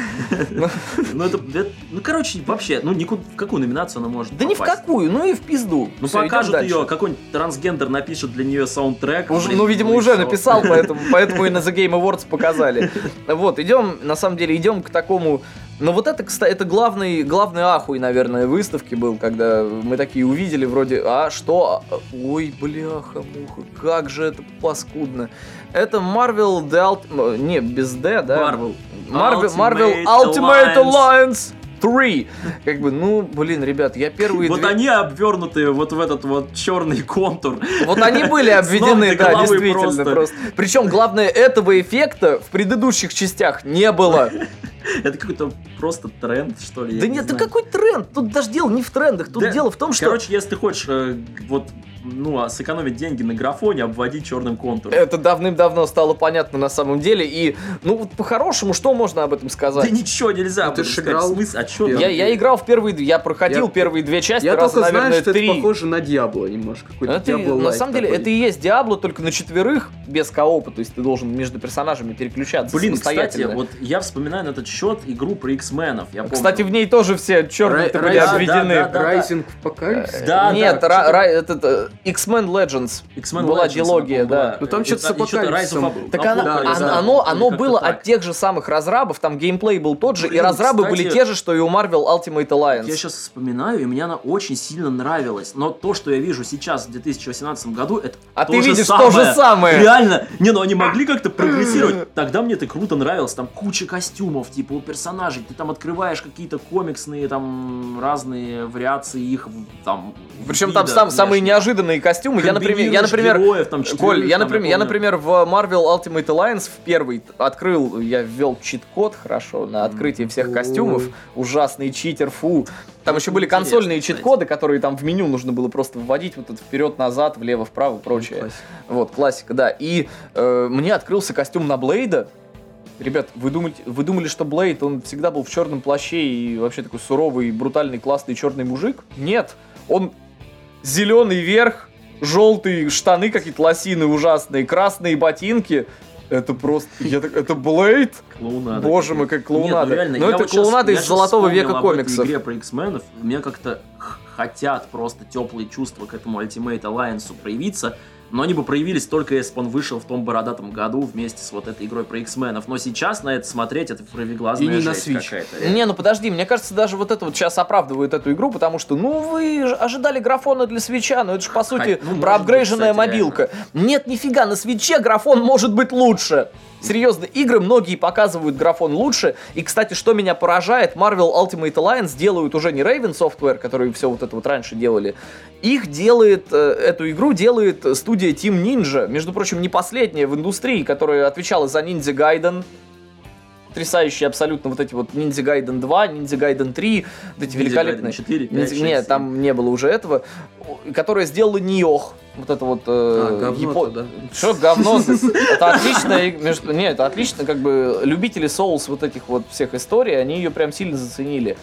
S1: Ну, это, это- ну, короче, вообще, ну, нику- в какую номинацию она может
S2: Да ни в
S1: попасть?
S2: какую, ну и в пизду.
S1: Ну,
S2: Всё, идём
S1: покажут
S2: дальше.
S1: ее, какой-нибудь трансгендер напишет для нее саундтрек.
S2: Уже-
S1: блин,
S2: ну, видимо,
S1: и
S2: уже
S1: всё.
S2: написал,
S1: (laughs)
S2: поэтому, поэтому и на The Game Awards показали. Вот, идем, на самом деле, идем к такому... Но вот это, кстати, это главный, главный ахуй, наверное, выставки был, когда мы такие увидели вроде, а что? А, Ой, бляха, муха, как же это паскудно. Это Marvel The Ult... м, Не, без D, да?
S1: Marvel.
S2: Marvel,
S1: Ultimate
S2: Marvel Ultimate
S1: Alliance.
S2: Alliance 3. Как бы, ну, блин, ребят, я первые
S1: Вот
S2: две-
S1: они обвернуты вот в этот вот черный (laughs) контур.
S2: Вот они были
S1: С ног
S2: обведены,
S1: до
S2: да,
S1: головы
S2: действительно,
S1: просто.
S2: просто. Причем, главное, этого эффекта в предыдущих частях не было.
S1: Это какой-то просто тренд, что ли? я
S2: Да нет, да
S1: знаю.
S2: какой тренд? Тут даже дело не в трендах, тут
S1: Да,
S2: дело в том, что...
S1: Короче, если ты хочешь э, вот ну, а сэкономить деньги на графоне, обводить черным контуром.
S2: Это давным-давно стало понятно на самом деле, и, ну, вот по-хорошему, что можно об этом
S1: Да
S2: сказать?
S1: ничего нельзя.
S3: Ну, ты
S1: об этом
S3: ж
S1: сказать.
S3: играл.
S1: В смысле? А чё ты?
S2: Я, я играл в первые, две- я проходил
S3: Я-
S2: первые две части,
S3: Я
S2: раза,
S3: только знаю,
S2: наверное,
S3: что
S2: три.
S3: это похоже на Диабло немножко. Какой-то
S2: Это и-
S3: Diablo
S2: на
S3: Lite
S2: самом деле,
S3: такой.
S2: это и есть Диабло, только на четверых, без коопа, то есть ты должен между персонажами переключаться
S1: Блин, кстати,
S2: самостоятельно.
S1: вот я вспоминаю на этот счет игру про X-менов. Я помню.
S2: Кстати, в ней тоже все черные
S3: Ра-
S2: были
S3: Ра- да,
S2: обведены.
S1: да, да.
S3: Rising Apocalypse?
S1: Да.
S2: Э, Нет,
S1: да, типа
S2: Ра-
S1: что-то-
S2: Ра- этот э, X-Men Legends.
S1: X-Men
S2: была
S1: Legends,
S2: дилогия,
S1: она, по-моему,
S2: да.
S1: была.
S3: Ну, там
S1: И
S3: что-то с
S1: и что-то Rise of
S3: Апокалипсисом.
S1: Ab-
S2: Так она-
S1: Apocalypse,
S3: да,
S2: она-
S1: да,
S2: оно,
S1: или
S2: оно
S1: как-то
S2: было
S1: так.
S2: от тех же самых разрабов, там геймплей был тот же, и
S1: Блин,
S2: разрабы
S1: кстати,
S2: были те же, что и у Marvel Ultimate Alliance.
S1: Я сейчас вспоминаю, и мне она очень сильно нравилась. Но то, что я вижу сейчас, в 2018 году, это
S2: А
S1: то
S2: ты
S1: же
S2: видишь
S1: самое.
S2: то же самое.
S1: Реально. Не, ну они могли как-то прогрессировать. Тогда мне это круто нравилось. Там куча костюмов, типа, у персонажей. Ты там открываешь какие-то комиксные, там, разные вариации их, там,
S2: Причем там
S1: вида
S2: сам, самые
S1: внешнего.
S2: неожиданные костюмы. Я, например, я,
S1: Комбинируешь
S2: например,
S1: героев, там, четверых,
S2: Коль, я,
S1: там,
S2: например, я,
S1: помню.
S2: например, в Marvel Ultimate Alliance в первый т- открыл, я ввел чит-код, хорошо, на открытие всех
S3: О.
S2: костюмов. Ужасный читер, фу. Там
S1: Ну,
S2: еще
S1: это
S2: были
S1: интересно,
S2: консольные
S1: кстати.
S2: чит-коды, которые там в меню нужно было просто вводить, вот это вперед-назад, влево-вправо, прочее.
S3: Классика.
S2: Вот, классика, да. И э, мне открылся костюм на Блейда. Ребят, вы, думаете, вы думали, что Блейд, он всегда был в черном плаще и вообще такой суровый, брутальный, классный черный мужик? Нет, он зеленый верх, желтые штаны какие-то лосины ужасные, красные ботинки. Это просто, я так- это Блейд?
S1: Клоунада.
S2: Боже мой, как клоунада.
S1: Нет, ну реально,
S2: Но
S1: я
S2: это
S1: вот щас-
S2: клоунада
S1: я
S2: из
S1: щас
S2: золотого
S1: вспомнил
S2: века
S1: об этой
S2: комиксов.
S1: игре про X-менов, мне как-то х- хотят просто теплые чувства к этому Ultimate Alliance проявиться, но они бы проявились только если бы он вышел в том бородатом году вместе с вот этой игрой про X-менов. Но сейчас на это смотреть, это
S3: И
S1: провиглазная
S3: не на
S1: жесть
S3: Switch.
S1: какая-то. реально.
S2: Не, ну подожди, мне кажется, даже вот это вот сейчас оправдывает эту игру, потому что, ну, вы же ожидали графона для свеча, но это же, по сути,
S1: ну, может
S2: проапгрейженная
S1: быть, кстати,
S2: мобилка. Нет, нифига, на свече графон может быть лучше. Серьезно, игры многие показывают графон лучше. И, кстати, что меня поражает, Marvel Ultimate Alliance делают уже не Raven Software, которые все вот это вот раньше делали. Их делает, э, эту игру делает э, студия Team Ninja. Между прочим, не последняя в индустрии, которая отвечала за Ninja Gaiden, потрясающие абсолютно вот эти вот Ninja Gaiden 2, Ninja Gaiden 3, вот эти
S1: Ninja
S2: великолепные.
S1: Gaiden 4, 5,
S2: Ниндзя-
S1: 6,
S2: Нет,
S1: 7.
S2: там не было уже этого, О, которая сделала Ниох. Вот это вот... э,
S3: А, говно-то, да.
S2: Что говно? Это отличная... иг- между- Нет, это отлично, как бы любители соус вот этих вот всех историй, они ее прям сильно заценили.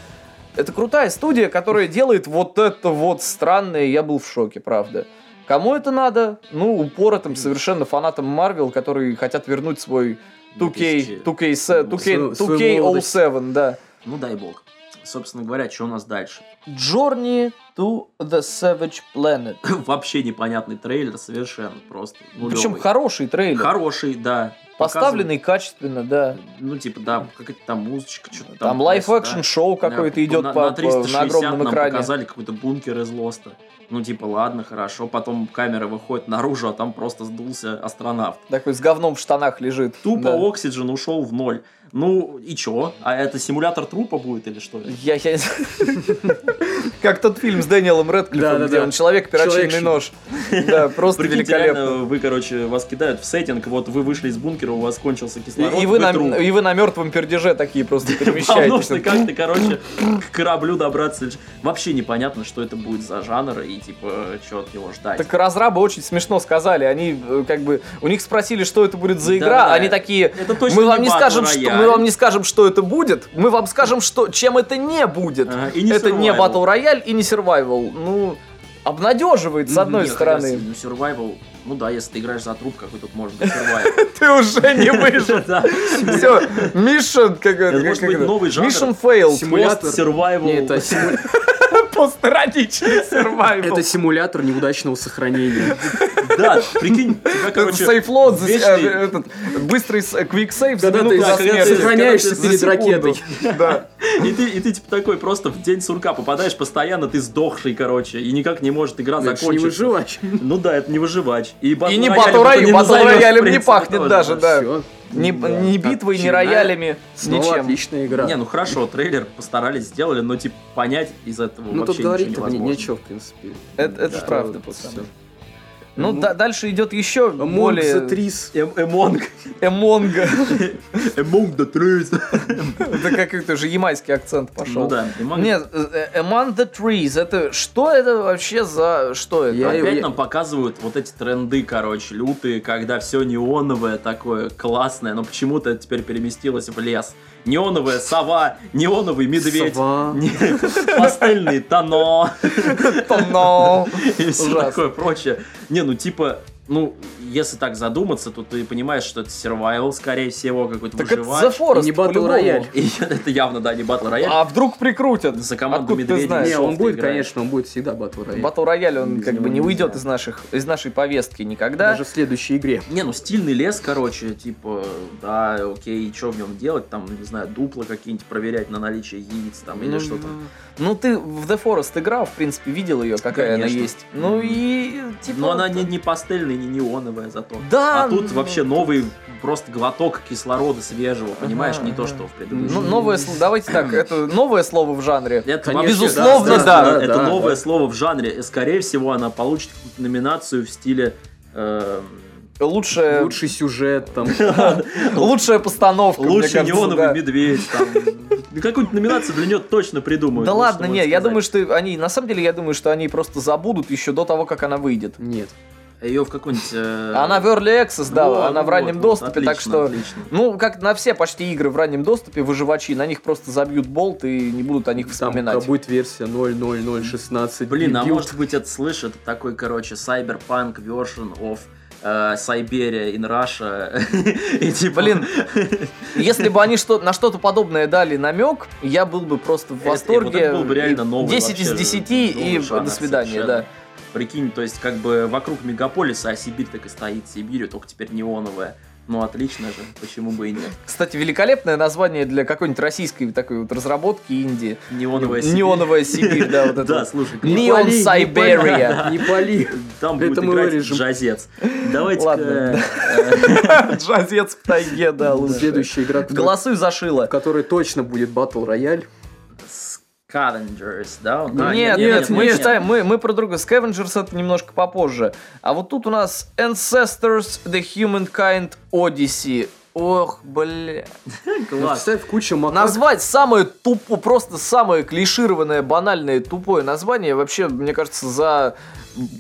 S2: Это крутая студия, которая делает вот это вот странное, я был в шоке, правда. Кому это надо? Ну, упоротым совершенно фанатам Марвел, которые хотят вернуть свой 2K,
S3: Ну,
S1: 2000.
S2: 2K, се- 2K,
S3: э, Свою- свою
S2: 2K07, да.
S1: Ну дай бог. Собственно говоря, что у нас дальше? (laughs)
S2: Джорни to the Savage Planet.
S1: Вообще непонятный трейлер, совершенно просто.
S3: Ну,
S1: нулевый.
S2: Причем хороший трейлер.
S1: Хороший, да.
S2: Поставленный качественно, да.
S1: Показывает, Ну, типа, да, какая-то там музычка, что-то там.
S2: Там лайф-экшн
S1: да.
S2: шоу какое-то
S1: Да,
S2: идет
S1: на,
S2: по,
S1: на
S2: по- на
S1: 360
S2: огромном
S1: нам
S2: экране.
S1: показали какой-то бункер из Лоста. Ну, типа, ладно, хорошо. Потом камера выходит наружу, а там просто сдулся астронавт.
S2: Такой с говном в штанах лежит.
S1: Тупо
S2: Да.
S1: Oxygen ушел в ноль. Ну, и чё? А это симулятор трупа будет или что?
S2: Я, я... не знаю. Как тот фильм с Дэниелом Рэдклиффом,
S3: Да-да-да.
S2: где он человек перочинный
S3: Человек-щит.
S2: нож. Да, просто
S1: Прикиньте,
S2: великолепно.
S1: реально, вы, короче, вас кидают в сеттинг, вот вы вышли из бункера, у вас кончился
S2: И,
S1: кислород,
S2: и
S1: (laughs)
S2: вы на,
S1: труп.
S2: и вы на мертвом пердеже такие просто
S1: Вам нужно
S2: перемещаетесь. (laughs)
S1: как-то, короче, к кораблю добраться. Вообще непонятно, что это будет за жанр и, типа, что от него ждать.
S2: Так разрабы очень смешно сказали. Они э, как бы у них спросили, что это будет за игра.
S1: Да-да.
S2: Они такие.
S1: Это точно
S2: Мы вам не
S1: Battle
S2: скажем, что
S1: Royale».
S2: мы вам не скажем, что это будет. Мы вам скажем, что чем это не будет.
S1: Ага, и не
S2: это не
S1: survival.
S2: Battle Royale и не Survival. Ну, обнадеживает, с
S1: Ну,
S2: одной
S1: не, хотя,
S2: стороны.
S1: Ну, survival, ну да, если ты играешь за труп, какой тут
S2: (laughs)
S1: может быть survival.
S2: Ты уже не
S1: (laughs)
S2: выжил.
S1: Да.
S2: Все, Mission, как это,
S1: Это может
S2: как
S1: быть
S2: это?
S1: новый жанр.
S2: Mission failed. (laughs)
S3: Симулятор.
S1: Пост survival.
S3: Не, это, симу-
S2: Пострадичный survival.
S3: это симулятор неудачного сохранения.
S1: (laughs) Да, прикинь, тебя, короче,
S2: Сейфлот,
S1: вечный-
S2: э, быстрый с- э, quick save за
S3: Когда
S2: минуту
S3: ты
S2: до
S1: когда ты
S2: смерти.
S3: сохраняешься
S1: за
S3: перед
S1: секунду.
S3: ракетой.
S2: (laughs) Да.
S1: И ты, и ты типа такой просто в день сурка попадаешь постоянно, ты сдохший, короче, и никак не может игра
S3: Это ж не
S1: закончиться.
S3: выживач.
S1: Ну да, это не выживач. И,
S2: И не
S1: роялем
S2: батл
S1: это
S2: роялем, батл
S1: назовёшь, в
S2: роялем не
S1: принципе,
S2: пахнет
S1: тоже,
S2: даже, да.
S3: Всё.
S2: Не
S3: Да.
S2: не битвой, не
S3: Отчина-
S2: роялями,
S3: Снова
S2: ничем.
S3: отличная игра.
S1: Не, ну хорошо, трейлер постарались, сделали, но типа понять из этого
S3: Ну тут
S1: вообще ничего
S3: говорить-то мне
S1: невозможно.
S3: нечего, в принципе.
S2: Это- это
S3: Да,
S2: ж правда,
S3: вот
S2: пацаны.
S3: всё.
S2: Ну, да- дальше идет еще
S3: Among the
S2: более...
S3: Trees.
S1: Эм- Эмонг.
S2: Эмонга.
S1: Among the trees.
S2: (laughs) Это как-то же ямайский акцент пошел.
S1: Ну да, Among
S2: Нет, э, э, Among the Trees, это что это вообще за... Что это?
S3: Я
S1: Опять
S3: я-
S1: нам показывают вот эти тренды, короче, лютые, когда все неоновое такое классное, но почему-то это теперь переместилось в лес. Неоновая сова, неоновый медведь,
S3: Сова.
S1: не- пастельные тона
S2: Тонал.
S1: (laughs) и все
S2: Ужасно.
S1: такое прочее. Не, ну типа, ну, если так задуматься, то ты понимаешь, что это сервайвал, скорее всего, какой-то
S2: Так это
S1: выживач.
S2: The Forest,
S3: И не Battle
S2: по-любому.
S3: Royale.
S1: И (laughs) это явно, да, не батл рояль.
S2: А вдруг прикрутят?
S1: За команду
S2: Откуда ты
S1: медведей.
S2: знаешь?
S3: Не, он
S1: Софт
S3: будет,
S1: играет.
S3: конечно, он будет всегда Battle Royale.
S2: Батл рояль, он
S3: Без
S2: как бы
S3: него
S2: не уйдет
S3: нельзя.
S2: из, наших, из нашей повестки никогда.
S3: Даже в следующей игре.
S1: Не, ну стильный лес, короче, типа, да, окей, и что в нем делать, там, не знаю, дупла какие-нибудь проверять на наличие яиц там или
S2: Ну,
S1: что там.
S2: Ну, ты в The Forest играл, в принципе, видел ее, какая она
S1: Конечно.
S2: есть. Ну и типа.
S1: Но она
S2: вот-
S1: не, не пастельная, не неоновая зато.
S2: Да.
S1: А тут
S2: ну,
S1: вообще новый просто глоток кислорода свежего, понимаешь, не то,
S2: ага.
S1: что в
S2: Ну,
S1: предыдущем.
S2: новое слово. Давайте так, это новое слово в жанре.
S1: Это
S3: Конечно,
S1: вообще-
S2: безусловно, да,
S3: да,
S1: это
S3: да,
S1: новое
S3: да.
S1: слово в жанре. Скорее всего, она получит какую-то номинацию в стиле эм,
S2: Лучшее,
S3: Лучший сюжет там.
S2: (laughs) лучшая постановка. мне
S1: лучший
S2: кажется,
S1: неоновый
S2: да.
S1: медведь.
S2: (laughs)
S1: там. Ну, Какую-нибудь номинацию для нее точно придумают.
S2: Да
S1: вот
S2: ладно,
S1: что
S2: не,
S1: можно
S2: я
S1: сказать.
S2: думаю, что они, на самом деле, я думаю, что они просто забудут еще до того, как она выйдет.
S3: Нет.
S1: Ее в какой-нибудь... э,
S2: Она в Early Access, да,
S1: Во,
S2: она
S1: ну
S2: в раннем
S1: вот, вот,
S2: доступе, так
S1: отлично,
S2: что...
S1: отлично.
S2: Ну, как на все почти игры в раннем доступе, выживачи, на них просто забьют болт и не будут о них
S3: Там
S2: вспоминать.
S3: будет версия 0.0.0.16.
S1: Блин, а
S3: Build.
S1: может быть это слышь, это такой, короче, cyberpunk version of э, Siberia in Russia. (laughs) И типа, (laughs)
S2: Блин, если бы они что на что-то подобное дали намек, я был бы просто в
S1: Это- Э, вот
S2: восторге.
S1: это был бы реально
S2: И
S1: новый
S2: 10 из
S1: вообще
S2: 10
S1: новый
S2: и
S1: жанр
S2: до свидания,
S1: совершенно.
S2: да.
S1: прикинь, то есть как бы вокруг мегаполиса, а Сибирь так и стоит Сибирью, только теперь неоновая. Ну отлично же, почему бы и нет.
S2: Кстати, великолепное название для какой-нибудь российской такой вот разработки Индии.
S1: Неоновая Сибирь.
S2: Неоновая Сибирь, да,
S1: (laughs)
S2: вот
S1: Да,
S2: это.
S1: слушай,
S3: Не
S2: Neon
S3: пали, не пали.
S2: Siberia.
S3: (laughs) Не пали.
S1: там
S3: это
S1: будет
S3: мы
S1: играть
S3: вырежем.
S1: джазец. Давайте
S2: Ладно, (laughs) Джазец в тайге, да, лучше.
S3: Следующая игра, которая-
S2: Голосуй за Шило.
S3: в которой точно будет Battle Royale.
S1: Scavengers, да? он- а,
S2: Нет, нет, мы
S1: нет.
S2: читаем, мы, мы про друга. Scavengers это немножко попозже. А вот тут у нас Ancestors The Humankind Odyssey. Ох, бля.
S1: Класс.
S3: Представь, куча макак.
S2: Назвать самое тупо, просто самое клишированное, банальное, тупое название вообще, мне кажется, за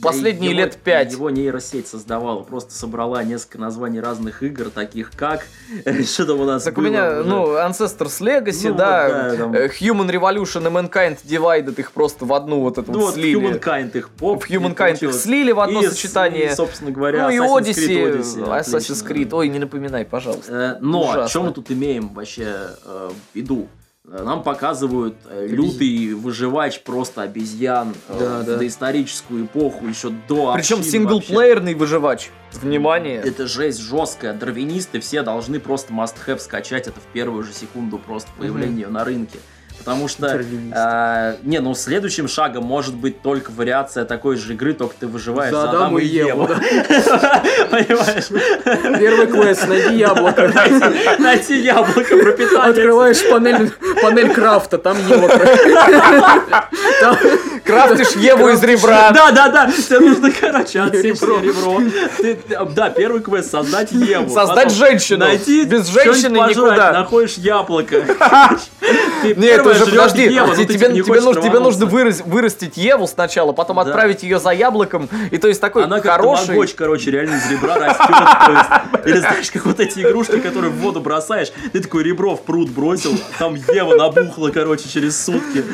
S2: последние
S1: Его-
S2: лет пять.
S1: Его нейросеть создавала, просто собрала несколько названий разных игр, таких как... (laughs) Что там у нас
S2: Так у
S1: было
S2: меня,
S1: уже?
S2: ну, Ancestors Legacy,
S1: Ну,
S2: да,
S1: вот, да, там.
S2: э, Human Revolution и Mankind Divided их просто в одну вот эту
S1: Ну,
S2: вот
S1: вот
S2: слили.
S1: Humankind их
S2: В
S1: поп.
S2: Humankind их слили в одно
S1: и,
S2: сочетание.
S1: и, собственно говоря,
S2: ну и
S1: Assassin's Creed
S2: Odyssey, э,
S1: Odyssey,
S2: Assassin's
S1: отлично.
S2: Creed. Ой, не напоминай, пожалуйста.
S1: Э, Но
S2: Ужасно.
S1: что мы тут имеем вообще э, в виду? Нам показывают э, лютый выживач просто обезьян э,
S3: Да,
S1: в
S3: да.
S1: доисторическую эпоху, еще до общин
S2: Причем
S1: вообще.
S2: синглплеерный выживач. Внимание.
S1: Это жесть жесткая. Дарвинисты все должны просто must-have скачать это в первую же секунду просто появления на рынке. Потому что... э, не, ну следующим шагом может быть только вариация такой же игры, только ты выживаешь за Адама и Еву.
S3: да.
S1: (laughs) Понимаешь?
S3: Первый квест,
S1: (laughs)
S3: найди яблоко.
S1: Найти яблоко, пропитание.
S3: Открываешь панель, панель крафта, там Ева. Там-
S2: Крафтишь Еву из ребра.
S1: Да, да, да, тебе нужно, короче, отсечь
S3: Ребро.
S1: ребро. Ты- ты- Да, первый квест, создать Еву.
S2: Создать
S1: Потом
S2: женщину.
S1: Найти
S2: Без
S1: что-нибудь
S2: женщины
S1: пожрать,
S2: никуда.
S1: находишь
S2: (laughs)
S1: яблоко. Ты
S2: Нет,
S1: первая
S2: уже
S1: жрёшь
S2: подожди,
S1: Еву, но
S2: подожди,
S1: ты типа
S2: тебе,
S1: не
S2: тебе
S1: хочешь
S2: нужно, тебе нужно
S1: травануться.
S2: вырас- вырастить Еву сначала, потом
S1: Да.
S2: отправить ее за яблоком, и то есть такой
S1: Она как
S2: хороший...
S1: тамагочи, короче, реально из ребра растет. то есть. Или знаешь, как вот эти игрушки, которые в воду бросаешь, ты такое ребро в пруд бросил, там Ева набухла, короче, через сутки.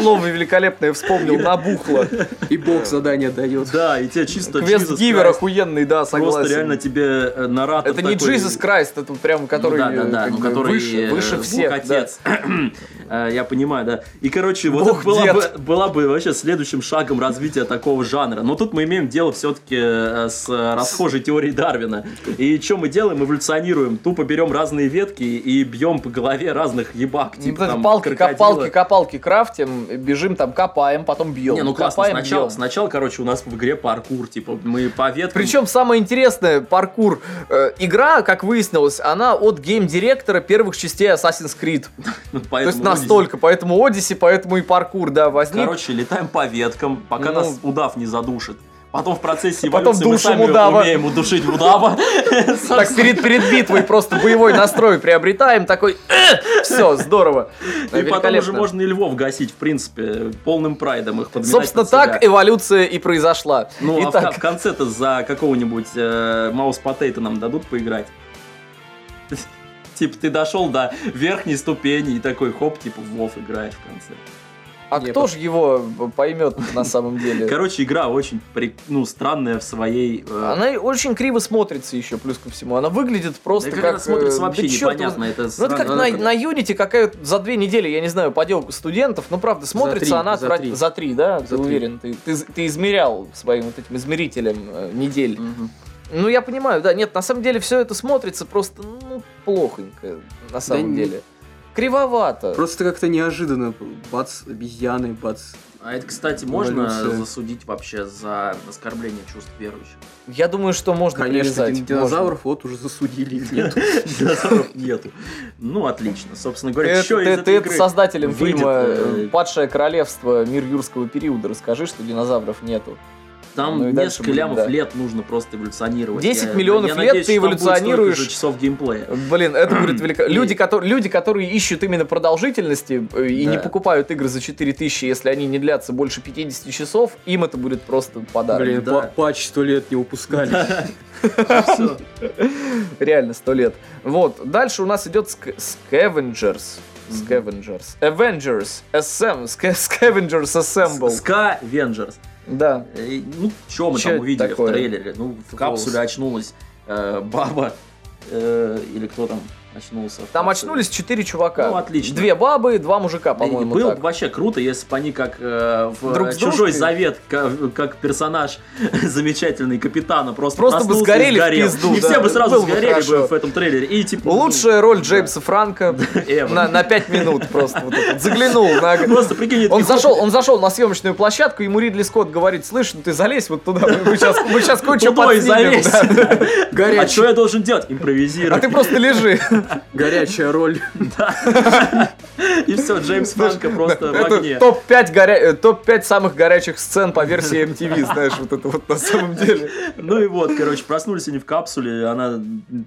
S2: Слово великолепное вспомнил, набухло.
S3: И бог задание дает.
S1: Да, и тебе чисто
S2: Квест
S1: Jesus
S2: Гивер
S1: Christ.
S2: охуенный, да, согласен.
S1: Просто реально тебе э, наратор
S2: Это не
S1: такой-
S2: Jesus Christ, это прям
S1: ну,
S2: который,
S1: да, да, да,
S2: э,
S1: ну,
S2: как бы,
S1: который
S2: выше,
S1: э,
S2: выше
S1: Бог
S2: всех. да.
S1: отец. (clears throat) Э, Я понимаю, да. И, короче, вот
S2: Бог
S1: это была бы,
S2: дед.
S1: была бы вообще следующим шагом развития такого жанра. Но тут мы имеем дело все-таки с э, расхожей теорией Дарвина. И что мы делаем? Эволюционируем. Тупо берем разные ветки и бьем по голове разных ебак.
S2: Ну,
S1: Типа
S2: вот это
S1: там
S2: палки,
S1: крокодила.
S2: копалки, копалки крафтим, бежим там, копаем, потом бьем.
S1: Не, ну классно.
S2: копаем,
S1: Сначала,
S2: бьем.
S1: сначала, короче, у нас в игре паркур. Типа мы по веткам...
S2: Причем самое интересное, паркур, э, игра, как выяснилось, она от гейм-директора первых частей Assassin's Creed.
S1: (laughs) поэтому
S2: То есть
S1: люди-
S2: настолько, поэтому Odyssey, поэтому и паркур, да, возник.
S1: Короче, летаем по веткам, пока
S2: Ну.
S1: нас удав не задушит. Потом в процессе
S2: Потом
S1: эволюции мы
S2: душим
S1: сами
S2: удава.
S1: умеем удушить удава.
S2: так перед, перед битвой просто боевой настрой приобретаем, такой, все, здорово.
S1: И потом уже
S2: Великолепно.
S1: можно и львов гасить, в принципе, полным прайдом их подминать
S2: Собственно,
S1: под себя.
S2: так эволюция и произошла.
S1: Ну, а в ка-
S2: Итак,
S1: в конце-то за какого-нибудь э, Маус Потейта нам дадут поиграть. (laughs) Типа, ты дошел до верхней ступени и такой, хоп, типа, в Вов играешь в конце.
S2: а
S3: не,
S2: кто же его поймет на самом деле?
S1: Короче, игра очень, при- ну, странная в своей... э,
S2: Она очень криво смотрится еще, плюс ко всему. Она выглядит просто
S1: да
S2: как...
S1: как она смотрится
S2: э,
S1: вообще
S2: да чёрт его
S1: непонятно. Это
S2: Ну, это как
S1: странно.
S2: на, на Unity какая за две недели, я не знаю, поделка студентов, но правда смотрится
S3: три,
S2: она
S3: за
S2: отврат-
S3: три.
S2: за три, да,
S3: За
S2: ты
S3: три.
S2: уверен, ты, ты, ты измерял своим вот этим измерителем э, недель.
S1: Мгм.
S2: Ну, я понимаю, да, нет, на самом деле все это смотрится просто, ну, плохонько, на самом
S3: не-
S2: деле. Кривовато.
S3: Просто как-то неожиданно. Бац, обезьяны, бац.
S1: А это, кстати, можно
S3: Эволюция.
S1: засудить вообще за оскорбление чувств верующих?
S2: Я думаю, что можно
S3: Конечно,
S2: прирезать,
S3: дин- динозавров вот уже засудили. их
S1: (laughs)
S3: Нет.
S1: Динозавров нету. Ну, отлично. Собственно
S2: можно.
S1: говоря,
S2: Ты,
S1: что
S2: ты-
S1: из
S2: ты
S1: этой
S2: это
S1: игры?
S2: создателем
S1: выйдет,
S2: фильма
S1: э,
S2: э, «Падшее королевство. Мир юрского периода». Расскажи, что динозавров нету.
S1: Там
S2: Ну и дальше
S1: несколько
S2: будем,
S1: лямов
S2: да.
S1: лет нужно просто эволюционировать.
S2: 10
S1: Я-
S2: миллионов
S1: я
S2: лет
S1: надеюсь,
S2: ты
S1: что там будет столько же
S2: эволюционируешь.
S1: часов геймплея.
S2: Блин, это (clears throat) будет велико...
S1: И-
S2: Люди, которые, люди, которые ищут именно продолжительности э, и
S1: Да.
S2: не покупают игры за 4000, если они не длятся больше 50 часов, им это будет просто подарок.
S3: Блин,
S1: да.
S3: па- патч сто лет не упускали.
S1: (laughs) Всё.
S2: (laughs) Реально, 100 лет. Вот, дальше у нас идет ск- Scavengers. Scavengers. Avengers. SM. Sca- Scavengers Assemble.
S1: Ска Венджерс.
S2: Да.
S1: Э, Ну, что мы
S2: Чё
S1: там
S2: это
S1: увидели в
S2: такое?
S1: трейлере? Ну, в капсуле очнулась э, баба. э, Или кто там очнулся? в
S2: Там
S1: капсуле?
S2: очнулись 4 чувака.
S1: Ну, отлично.
S2: Две бабы, два мужика,
S1: Да и
S2: по-моему,
S1: Было
S2: так.
S1: бы вообще круто, если бы они как э, в
S2: Друг
S1: э,
S2: с
S1: чужой
S2: дружкой?
S1: завет, ка- как, персонаж (laughs) замечательный капитана, просто,
S2: Просто бы
S1: проснулся и
S2: сгорели в
S1: сгорел.
S2: пизду,
S1: И
S2: да.
S1: все бы сразу
S2: Было бы
S1: сгорели бы
S2: хорошо.
S1: в этом трейлере. И типа. ну,
S2: Лучшая роль
S1: да.
S2: Джеймса
S1: (laughs)
S2: Франка
S1: Эван.
S2: на, на 5 минут просто. вот этот. Заглянул
S1: (laughs)
S2: на...
S1: ну, Просто прикинь, это типа,
S2: Он
S1: такой-
S2: зашел, он зашел на съемочную площадку, ему Ридли Скотт говорит, слышь, ну ты залезь вот туда, мы сейчас, мы сейчас кое-что
S1: Худой
S2: подснимем,
S1: залез.
S2: (laughs) да».
S1: А что
S3: Горячая,
S1: я должен делать? Импровизировать.
S2: А ты просто
S1: (laughs)
S2: лежи. (laughs)
S3: горячая роль.
S1: И все, Джеймс Франко просто в огне.
S2: Это топ-5 горя... э, топ-5 самых горячих сцен по версии
S1: (laughs)
S2: MTV, знаешь, вот это вот на самом деле.
S1: Ну и вот, короче, проснулись они в капсуле, она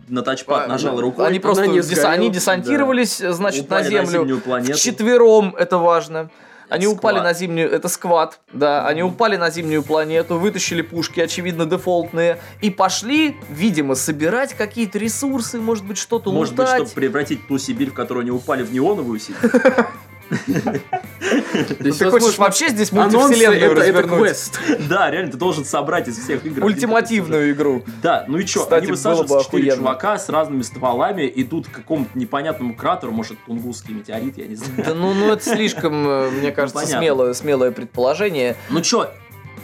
S1: на тачпад нажала рукой.
S2: А, Они просто
S3: не
S2: дес-
S3: сгорела.
S2: они десантировались, значит, на
S1: упали
S2: землю.
S1: зимнюю планету.
S2: Четвером, это важно. Они
S1: Сквад.
S2: упали на зимнюю... Это сквад, да. Они упали на зимнюю планету, вытащили пушки, очевидно, дефолтные, и пошли, видимо, собирать какие-то ресурсы, может быть, что-то
S1: Может быть, чтобы
S2: лутать.
S1: превратить ту Сибирь, в которую они упали, в неоновую Сибирь.
S2: Ты хочешь вообще здесь мультивселенную
S3: это, это
S2: развернуть?
S3: квест.
S1: Да, реально, ты должен собрать из всех игр.
S2: Ультимативную игру.
S1: Да, ну и чё,
S2: Кстати,
S1: они
S2: было
S1: высаживаются
S2: бы
S1: четыре
S2: охуенно.
S1: чувака с разными стволами идут к какому-то непонятному кратеру, может, тунгусский метеорит, я не знаю.
S2: Да ну, ну это слишком, э, мне кажется,
S1: понятно.
S2: смелое, смелое предположение.
S1: Ну чё,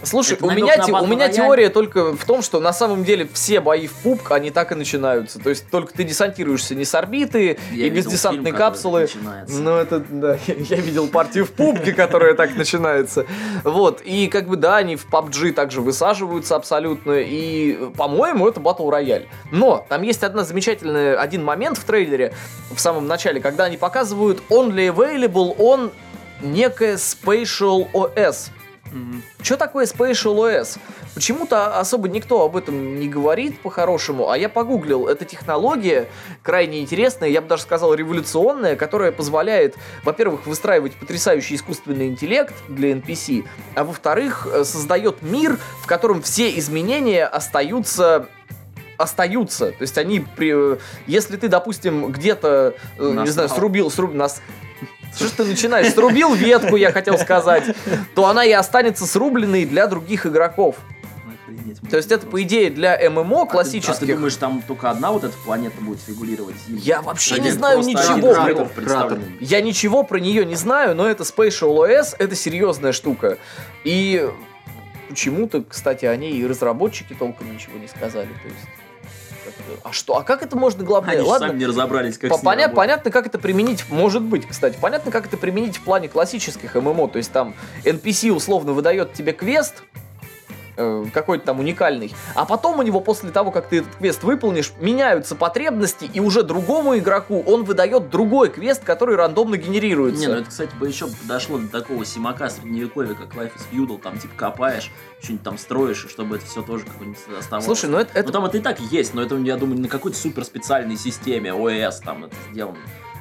S2: Слушай,
S1: Это
S2: у
S1: намёк
S2: меня,
S1: на
S2: те- у
S1: Battle
S2: меня
S1: Royale?
S2: теория только в том, что на самом деле все бои в пупк, они так и начинаются. То есть только ты десантируешься не с орбиты
S1: я
S2: и без
S1: видел
S2: десантной
S1: фильм, который
S2: капсулы.
S1: начинается.
S2: Ну, это, да, (laughs) я, я видел партию в пупке, которая так начинается. Вот, и как бы, да, они в PUBG также высаживаются абсолютно, и, э, по-моему, это Battle Royale. Но там есть одна замечательная, один момент в трейлере, в самом начале, когда они показывают only available on некое Spatial OS.
S1: Мгм.
S2: Что такое Spatial OS? Почему-то особо никто об этом не говорит по-хорошему, а я погуглил. Это технология крайне интересная, я бы даже сказал революционная, которая позволяет, во-первых, выстраивать потрясающий искусственный интеллект для NPC, а во-вторых, э, создает мир, в котором все изменения остаются остаются, то есть они, при... э, если ты, допустим, где-то, э, не
S1: Насрал.
S2: знаю, срубил, срубил, нас, что ж ты начинаешь? Срубил ветку, я хотел сказать, то она и останется срубленной для других игроков.
S1: Охренеть,
S2: То есть это, по идее, для ММО
S1: А ты- А ты,
S2: классических.
S1: думаешь, там только одна вот эта планета будет регулировать? им?
S2: Я вообще
S1: Или
S2: не знаю
S1: просто один
S2: ничего.
S1: кратер
S3: Кратер,
S1: представлен?
S3: кратер.
S2: Я ничего про нее не знаю, но это Spatial OS, это серьезная штука. И почему-то, кстати, о ней и разработчики толком ничего не сказали. То есть, как-то, а что? А как это можно главное?
S1: Они же
S2: Ладно,
S1: сами не разобрались, как
S2: По-
S1: с ней
S2: поня-
S1: работать.
S2: понятно, как это применить, может быть, кстати, понятно, как это применить в плане классических ММО, то есть там NPC условно выдает тебе квест, э, какой-то там уникальный, а потом у него после того, как ты этот квест выполнишь, меняются потребности, и уже другому игроку он выдает другой квест, который рандомно генерируется.
S1: Не, ну это, кстати, бы еще подошло до такого симака средневековья, как Life is Feudal, там типа копаешь, что-нибудь там строишь, и чтобы это все тоже как-нибудь оставалось.
S2: Слушай, ну это,
S1: Ну
S2: это
S1: там это и так есть, но это, я думаю, на какой-то суперспециальной системе ОС там это сделано.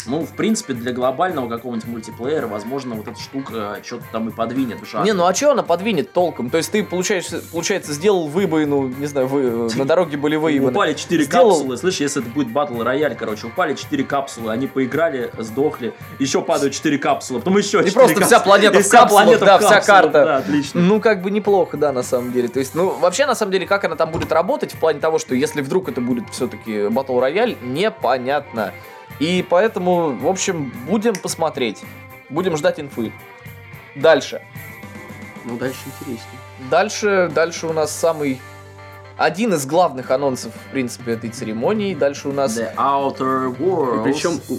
S1: Ну, в принципе, для глобального какого-нибудь мультиплеера, возможно, вот эта штука что-то там и подвинет в жанре.
S2: Не, ну а что она подвинет толком? То есть ты, получается, получается сделал выбоину, не знаю, вы, э, на дороге были выебаны.
S1: Упали 4
S2: Сделал-
S1: капсулы, слышь, если это будет батл рояль, короче, упали 4 капсулы, они поиграли, сдохли, еще падают 4 капсулы, потом еще 4
S2: И просто вся планета
S1: И
S2: в
S1: вся
S2: капсулах,
S1: планета
S2: да,
S1: в
S2: вся
S1: капсулах,
S2: карта.
S1: Да, отлично.
S2: Ну, как бы неплохо, да, на самом деле. То есть, ну, вообще, на самом деле, как она там будет работать, в плане того, что если вдруг это будет все-таки Battle Royale, непонятно. И поэтому, в общем, будем посмотреть. Будем ждать инфы. Дальше.
S3: Ну, дальше интереснее.
S2: Дальше, дальше у нас самый... Один из главных анонсов, в принципе, этой церемонии. Дальше у нас...
S1: The Outer
S3: И
S1: Worlds.
S3: причем у-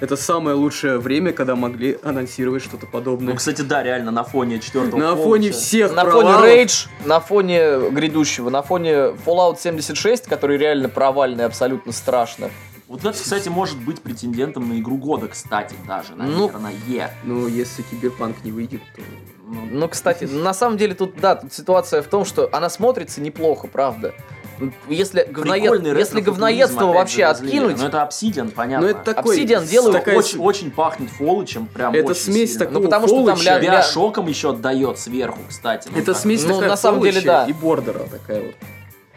S3: это самое лучшее время, когда могли анонсировать что-то
S1: Ну,
S3: подобное.
S1: кстати, да, реально, на фоне четвертого
S3: На фоне всех
S2: ну, На фоне
S3: провалов,
S2: Rage, на фоне грядущего, на фоне Fallout 76, который реально провальный, абсолютно страшно.
S1: Вот это, кстати, может быть претендентом на игру года, кстати, даже,
S2: Ну.
S1: наверное.
S3: Ну, если киберпанк не выйдет, то...
S1: Ну,
S2: Ну, кстати, на самом деле тут, да, тут ситуация в том, что она смотрится неплохо, правда. Если, говноед...
S1: прикольный
S2: если
S1: ретро-футуризм,
S2: говноедство
S1: опять же,
S2: вообще
S1: развили.
S2: откинуть,
S1: Ну, это обсидиан, понятно.
S3: Ну, это такой...
S2: Obsidian
S1: Ну,
S2: делает
S3: такая
S1: очень,
S3: с-
S1: очень пахнет фолочем, прям
S3: Это
S1: очень
S3: смесь
S1: сильно.
S3: такого
S2: Ну, потому что там
S3: фолоча.
S2: ля-
S1: Тебя шоком еще отдает сверху, кстати. Ну,
S3: Это
S1: так.
S3: смесь
S2: Ну,
S3: такая
S2: на самом деле,
S3: Fallout'а
S2: да.
S3: и бордера такая вот.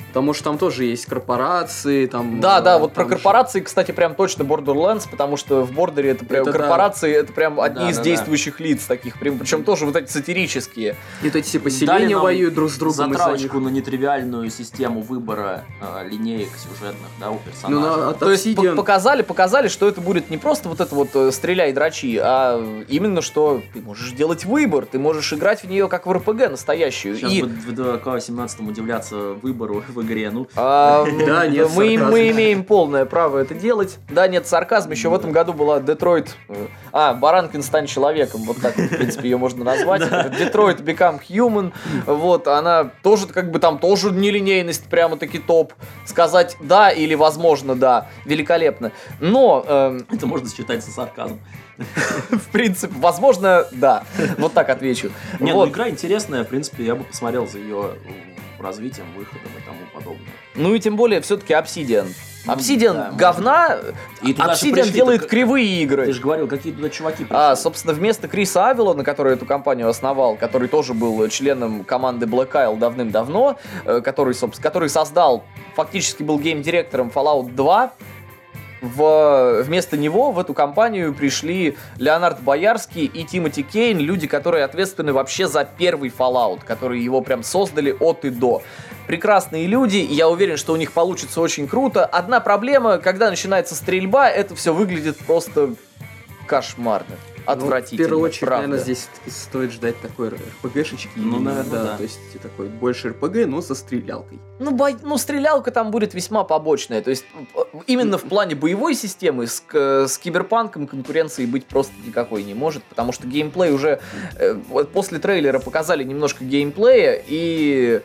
S3: Потому что там тоже есть корпорации, там...
S2: Да,
S3: э,
S2: да, вот про
S3: там же-
S2: корпорации, кстати, прям точно Borderlands, потому что в Бордере это прям
S3: Это да.
S2: корпорации, это прям одни
S1: Да,
S2: из
S1: да, да.
S2: действующих лиц таких, прям, причем тоже вот эти сатирические.
S3: И вот эти все
S1: Дали
S3: поселения
S1: нам
S3: воюют друг с другом из-за них.
S1: Затравочку на нетривиальную систему выбора э, линеек сюжетных, да, у
S3: Ну,
S1: персонажей.
S3: на, от
S2: То есть пок-
S3: Obsidian-
S2: показали, показали, что это будет не просто вот это вот э, стреляй, драчи, а именно что ты можешь делать выбор, ты можешь играть в нее как в РПГ настоящую.
S1: Сейчас
S2: И
S1: будет в 2К18 удивляться выбору (laughs) в игре. Ну,
S2: А,
S1: (laughs)
S2: м,
S3: Да, нет
S2: мы,
S3: сарказма.
S2: мы имеем полное право это делать. Да, нет сарказма. Еще в этом году была Детройт... э, А, Баранкин стань человеком. Вот так, в принципе, ее
S1: (laughs)
S2: можно назвать. Детройт Become Human. Вот, она тоже, как бы там тоже нелинейность прямо-таки топ. Сказать да или возможно да. Великолепно. Но, эм, (laughs)
S1: это можно считать за сарказм.
S2: в принципе, возможно да. Вот так отвечу.
S1: Нет,
S2: Вот.
S1: ну игра интересная, в принципе, я бы посмотрел за ее развитием, выходом и тому подобное.
S2: Ну и тем более все-таки Obsidian.
S1: Ну,
S2: Obsidian
S1: да, может
S2: говна,
S1: И туда же
S2: Obsidian
S1: пришли,
S2: делает
S1: так-
S2: кривые игры.
S1: Ты же говорил, какие туда чуваки пришли.
S2: А, собственно, вместо Криса Авелона, который эту компанию основал, который тоже был э, членом команды Black Isle давным-давно, э, который, собственно, который создал, фактически был гейм-директором Fallout 2, в, вместо него в эту компанию пришли Леонард Боярский и Тимоти Кейн, люди, которые ответственны вообще за первый Fallout, которые его прям создали от и до. Прекрасные люди, и я уверен, что у них получится очень круто. Одна проблема, когда начинается стрельба, это все выглядит просто кошмарно. Отвратительно,
S3: Ну, в первую очередь,
S2: правда.
S3: наверное, здесь всё-таки стоит ждать такой РПГшечки.
S1: Ну,
S3: именно,
S1: наверное, да.
S3: То есть такой больше РПГ, но со стрелялкой.
S2: Ну, бо- ну, стрелялка там будет весьма побочная. То есть, э, именно в плане боевой системы с, к- э, с киберпанком конкуренции быть просто никакой не может, потому что геймплей уже... э, вот после трейлера показали немножко геймплея, и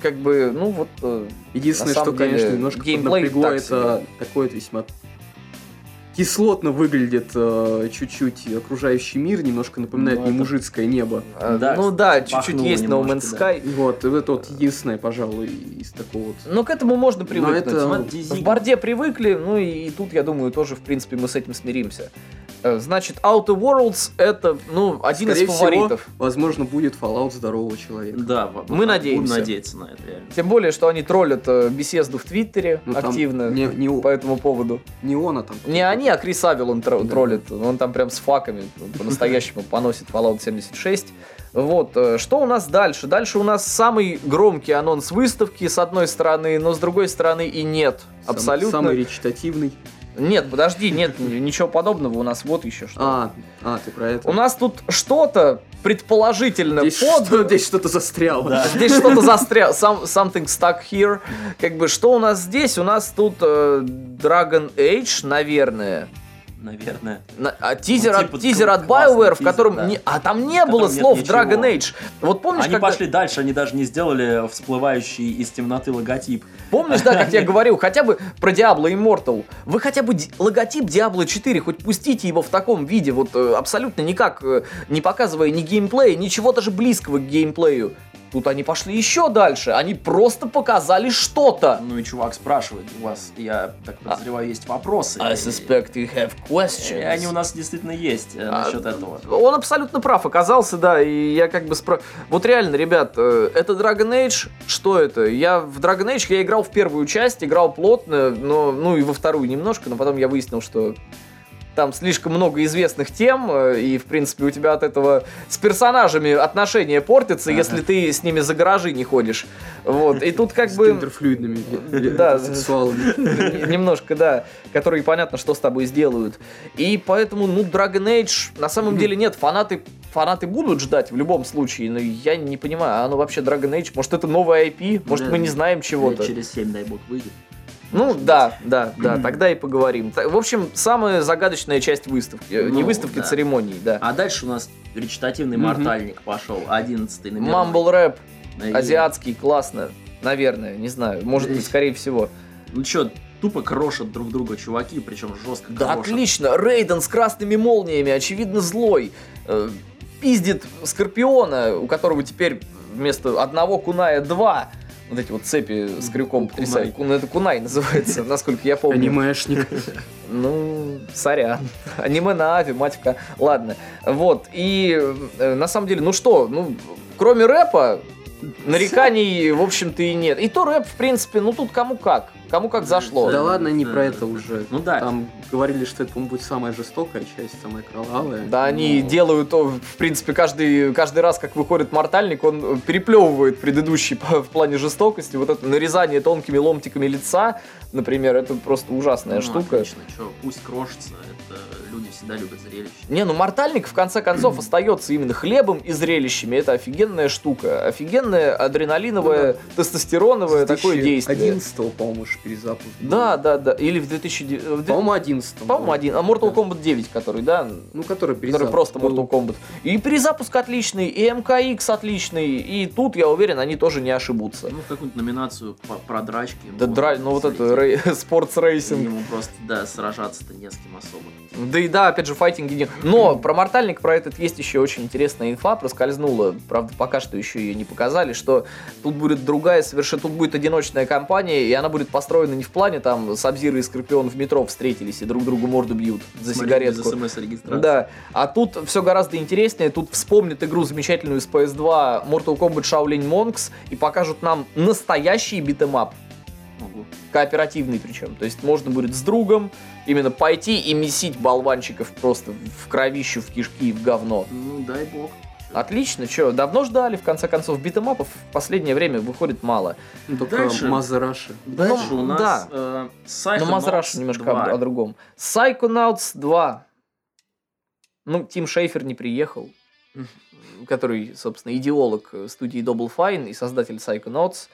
S2: как бы, ну вот... э,
S3: Единственное,
S2: На
S3: что,
S2: самом деле,
S3: конечно, немножко
S2: геймплей
S3: напрягло,
S2: так
S3: это такое весьма кислотно выглядит э, чуть-чуть окружающий мир, немножко напоминает
S1: Ну,
S3: не
S1: это-
S3: мужицкое небо.
S2: э,
S1: Да,
S2: ну да, чуть-чуть
S1: пахнуло
S2: есть No Man's
S1: немножко, да.
S2: Sky.
S3: Вот, и это вот единственное, пожалуй, из такого вот.
S2: Но к этому можно привыкнуть.
S3: это- ну,
S1: Мат Дизигн.
S2: В борде привыкли, ну и, и тут, я думаю, тоже, в принципе, мы с этим смиримся. Э, Значит, Outer Worlds это, ну, один
S3: Скорее
S2: из
S3: всего,
S2: фаворитов.
S3: возможно, будет Fallout здорового человека.
S1: Да, вот-
S2: Мы
S1: вот-
S2: надеемся.
S1: Будем надеяться на это, реально.
S2: Тем более, что они троллят э, беседу в Твиттере
S3: Ну, там
S2: активно
S3: Не, не,
S2: по этому поводу.
S3: не он, а там.
S2: Не они, а Крис Авел он тро-
S3: Да.
S2: троллит. Он там прям с факами ну, по-настоящему поносит Fallout 76. Вот, э, что у нас дальше? Дальше у нас самый громкий анонс выставки, с одной стороны, но с другой стороны и нет.
S3: Сам-
S2: Абсолютно.
S3: Самый речитативный.
S2: Нет, подожди, нет, н- ничего подобного у нас вот еще что.
S3: А, а, ты про это.
S2: У нас тут что-то предположительно
S3: здесь,
S2: под
S3: что, здесь что-то застряло.
S1: Да.
S2: А Здесь что-то застрял. Some- something stuck here. Как бы, что у нас здесь? У нас тут э, Dragon Age, наверное.
S1: Наверное.
S2: На- а тизер,
S1: Ну,
S2: от-
S1: типа,
S2: тизер от
S1: классный
S2: BioWare, в
S1: тизер,
S2: котором...
S1: да.
S2: не- а там не
S1: В
S2: было
S1: котором нет
S2: слов
S1: ничего.
S2: Dragon Age. Вот помнишь,
S1: они
S2: когда-
S1: пошли дальше, они даже не сделали всплывающий из темноты логотип.
S2: Помнишь,
S1: (laughs)
S2: да, как я говорил, хотя бы про Diablo Immortal. Вы хотя бы ди- логотип Diablo 4, хоть пустите его в таком виде, вот э, абсолютно никак, э, не показывая ни геймплея, ничего даже близкого к геймплею. Тут они пошли еще дальше, они просто показали что-то.
S1: Ну и чувак спрашивает у вас, я
S2: А.
S1: так подозреваю, есть вопросы.
S2: I suspect you have
S1: И
S2: questions.
S1: они у нас действительно есть э,
S2: А,
S1: насчет этого.
S2: Он абсолютно прав оказался, да, и я как бы спро... Вот реально, ребят, э, это Dragon Age, что это? Я в Dragon Age я играл в первую часть, играл плотно, но, ну и во вторую немножко, но потом я выяснил, что там слишком много известных тем, э, и, в принципе, у тебя от этого с персонажами отношения портятся,
S1: Ага.
S2: если ты с ними за гаражи не ходишь. Вот, и тут как
S3: С
S2: бы...
S3: гендерфлюидными ле-
S2: Да.
S3: сексуалами.
S2: Н- Немножко, да. Которые понятно, что с тобой сделают. И поэтому, ну, Dragon Age, на самом деле нет, фанаты фанаты будут ждать в любом случае, но я не понимаю, а оно вообще Dragon Age, может это новая IP, может
S1: Да.
S2: мы не знаем чего-то.
S1: Лет Через 7, дай бог, выйдет.
S2: Ну да, да, да,
S1: Мгм.
S2: тогда и поговорим. Та- В общем, самая загадочная часть выставки, э, не
S1: Ну,
S2: выставки,
S1: да.
S2: церемонии, да.
S1: А дальше у нас речитативный
S3: Мгм.
S1: мортальник пошел, 11-й номер. Э,
S2: Мамбл рэп,
S1: И-
S2: азиатский, классно, наверное, не знаю, может быть,
S1: Эх.
S2: скорее всего.
S1: Ну чё, тупо крошат друг друга чуваки, причем жестко
S2: Да
S1: крошат.
S2: отлично, Рейден с красными молниями, очевидно злой, Э, пиздит Скорпиона, у которого теперь вместо одного куная два. Вот эти вот цепи с
S1: Кунай.
S2: крюком потрясают. Кун- это кунай называется, насколько я помню.
S3: Анимешник.
S2: Ну, сорян. (laughs) Аниме на Ави, матька. Ладно. Вот, и э, на самом деле, ну что, ну, кроме рэпа, нареканий, в общем-то, и нет. И то рэп, в принципе, ну тут кому как. Кому как зашло.
S3: Да ладно, не
S1: Да.
S3: про это уже.
S1: Ну да.
S3: Там говорили, что это, по-моему, будет самая жестокая часть, самая кровавая.
S2: Да, они
S3: Но-
S2: делают, о, в принципе, каждый, каждый раз, как выходит мортальник, он э, переплевывает предыдущий (laughs) по- в плане жестокости. Вот это нарезание тонкими ломтиками лица, например, это просто ужасная
S1: Ну,
S2: штука.
S1: Отлично, чё, пусть крошится, это люди всегда любят зрелище.
S2: Не, ну мортальник в конце концов остается именно хлебом и зрелищами. Это офигенная штука. Офигенное
S1: Ну
S2: адреналиновое, тестостероновое такое действие.
S3: 11 по-моему, уж перезапуск. был.
S2: Да, да, да. Или в 2009... в две-
S3: По-моему, 11
S2: По-моему, один. А Mortal Kombat 9, который, да,
S3: Ну, который
S2: который
S3: перезапуск.
S2: просто
S3: был.
S2: Mortal Kombat. И перезапуск отличный, и МКХ отличный, и тут, я уверен, они тоже не ошибутся.
S1: Ну, в какую-нибудь номинацию по, про драчки.
S2: Да
S1: можно
S2: драль, ну вот
S1: слететь.
S2: это рей- (laughs) спортс-рейсинг.
S1: Ему просто, да, сражаться-то не с кем особо.
S2: Да и да, опять же, файтинги нет. Но про Мортальник, про этот есть еще очень интересная инфа, проскользнула. Правда, пока что еще ее не показали, что тут будет другая совершенно... Тут будет одиночная компания, и она будет построена не в плане, там, Сабзира и Скорпион в метро встретились и друг другу морду бьют за
S1: Смотри, без
S2: сигаретку.
S1: смс-регистрации.
S2: Да, а тут все гораздо интереснее. Тут вспомнят игру замечательную с PS2 Mortal Kombat Shaolin Monks и покажут нам настоящий битэмап.
S1: Ого.
S2: Кооперативный причем. То есть можно будет с другом именно пойти и месить болванчиков просто в кровищу, в кишки и в говно.
S1: Ну, дай бог.
S2: Отлично, что, давно ждали, в конце концов, битэмапов в последнее время выходит мало.
S3: Только
S1: Дальше-
S3: Мазараши.
S1: Дальше
S2: Ну,
S1: у нас
S2: да.
S1: э,
S2: Но
S1: Psychonauts
S2: Мазраш Ну, немножко
S1: 2.
S2: о, о другом. Psychonauts 2. Ну, Тим Шейфер не приехал, который, собственно, идеолог э, студии Double Fine и создатель Psychonauts.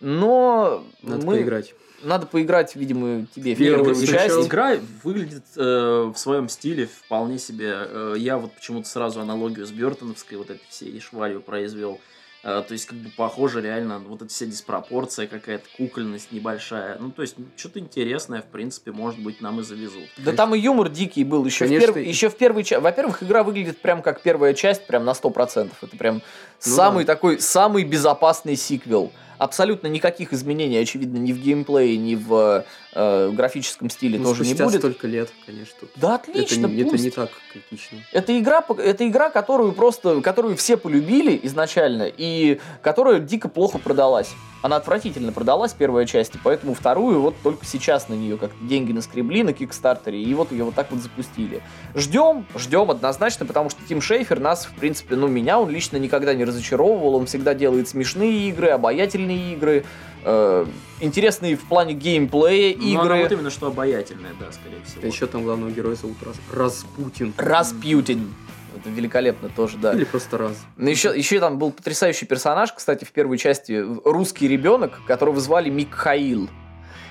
S2: Но
S3: Надо
S2: мы...
S3: поиграть.
S2: Надо поиграть, видимо, тебе в
S1: Первая
S2: первую
S3: Первый
S1: часть
S3: сначала.
S2: часть.
S1: игра выглядит э, в своем стиле вполне себе. Э, я вот почему-то сразу аналогию с Бертоновской вот этой всей швалью произвел. Э, то есть, как бы похоже, реально, вот эта вся диспропорция, какая-то кукольность небольшая. Ну, то есть, ну, что-то интересное, в принципе, может быть, нам и завезут.
S2: Да там и юмор дикий был еще,
S3: Конечно,
S2: в, перв-
S3: и-
S2: еще в первой части. Во-первых, игра выглядит прям как первая часть, прям на 100%. Это прям
S3: Ну
S2: самый такой, самый безопасный сиквел. Абсолютно никаких изменений, очевидно, ни в геймплее, ни в э, графическом стиле
S3: Ну,
S2: тоже не
S3: спустя
S2: будет.
S3: столько лет, конечно.
S2: Да
S3: Это
S2: отлично,
S3: не, это
S2: пусть.
S3: не так критично.
S2: Это игра, пок- это игра, которую просто, которую все полюбили изначально и которая дико плохо продалась. Она отвратительно продалась первая часть, и поэтому вторую вот только сейчас на нее как-то деньги наскребли на Кикстартере и вот ее вот так вот запустили. Ждем, ждем однозначно, потому что Тим Шейфер нас, в принципе, ну меня он лично никогда не разочаровывал, он всегда делает смешные игры, обаятельные игры, э, интересные в плане геймплея
S1: Ну, она
S2: игры.
S1: вот именно что обаятельная, да, скорее всего.
S3: А еще там главного героя зовут Раз... Распутин.
S2: Распьютин. Это великолепно тоже, да.
S3: Или просто раз.
S2: Ну, еще, еще там был потрясающий персонаж, кстати, в первой части русский ребенок, которого звали Михаил.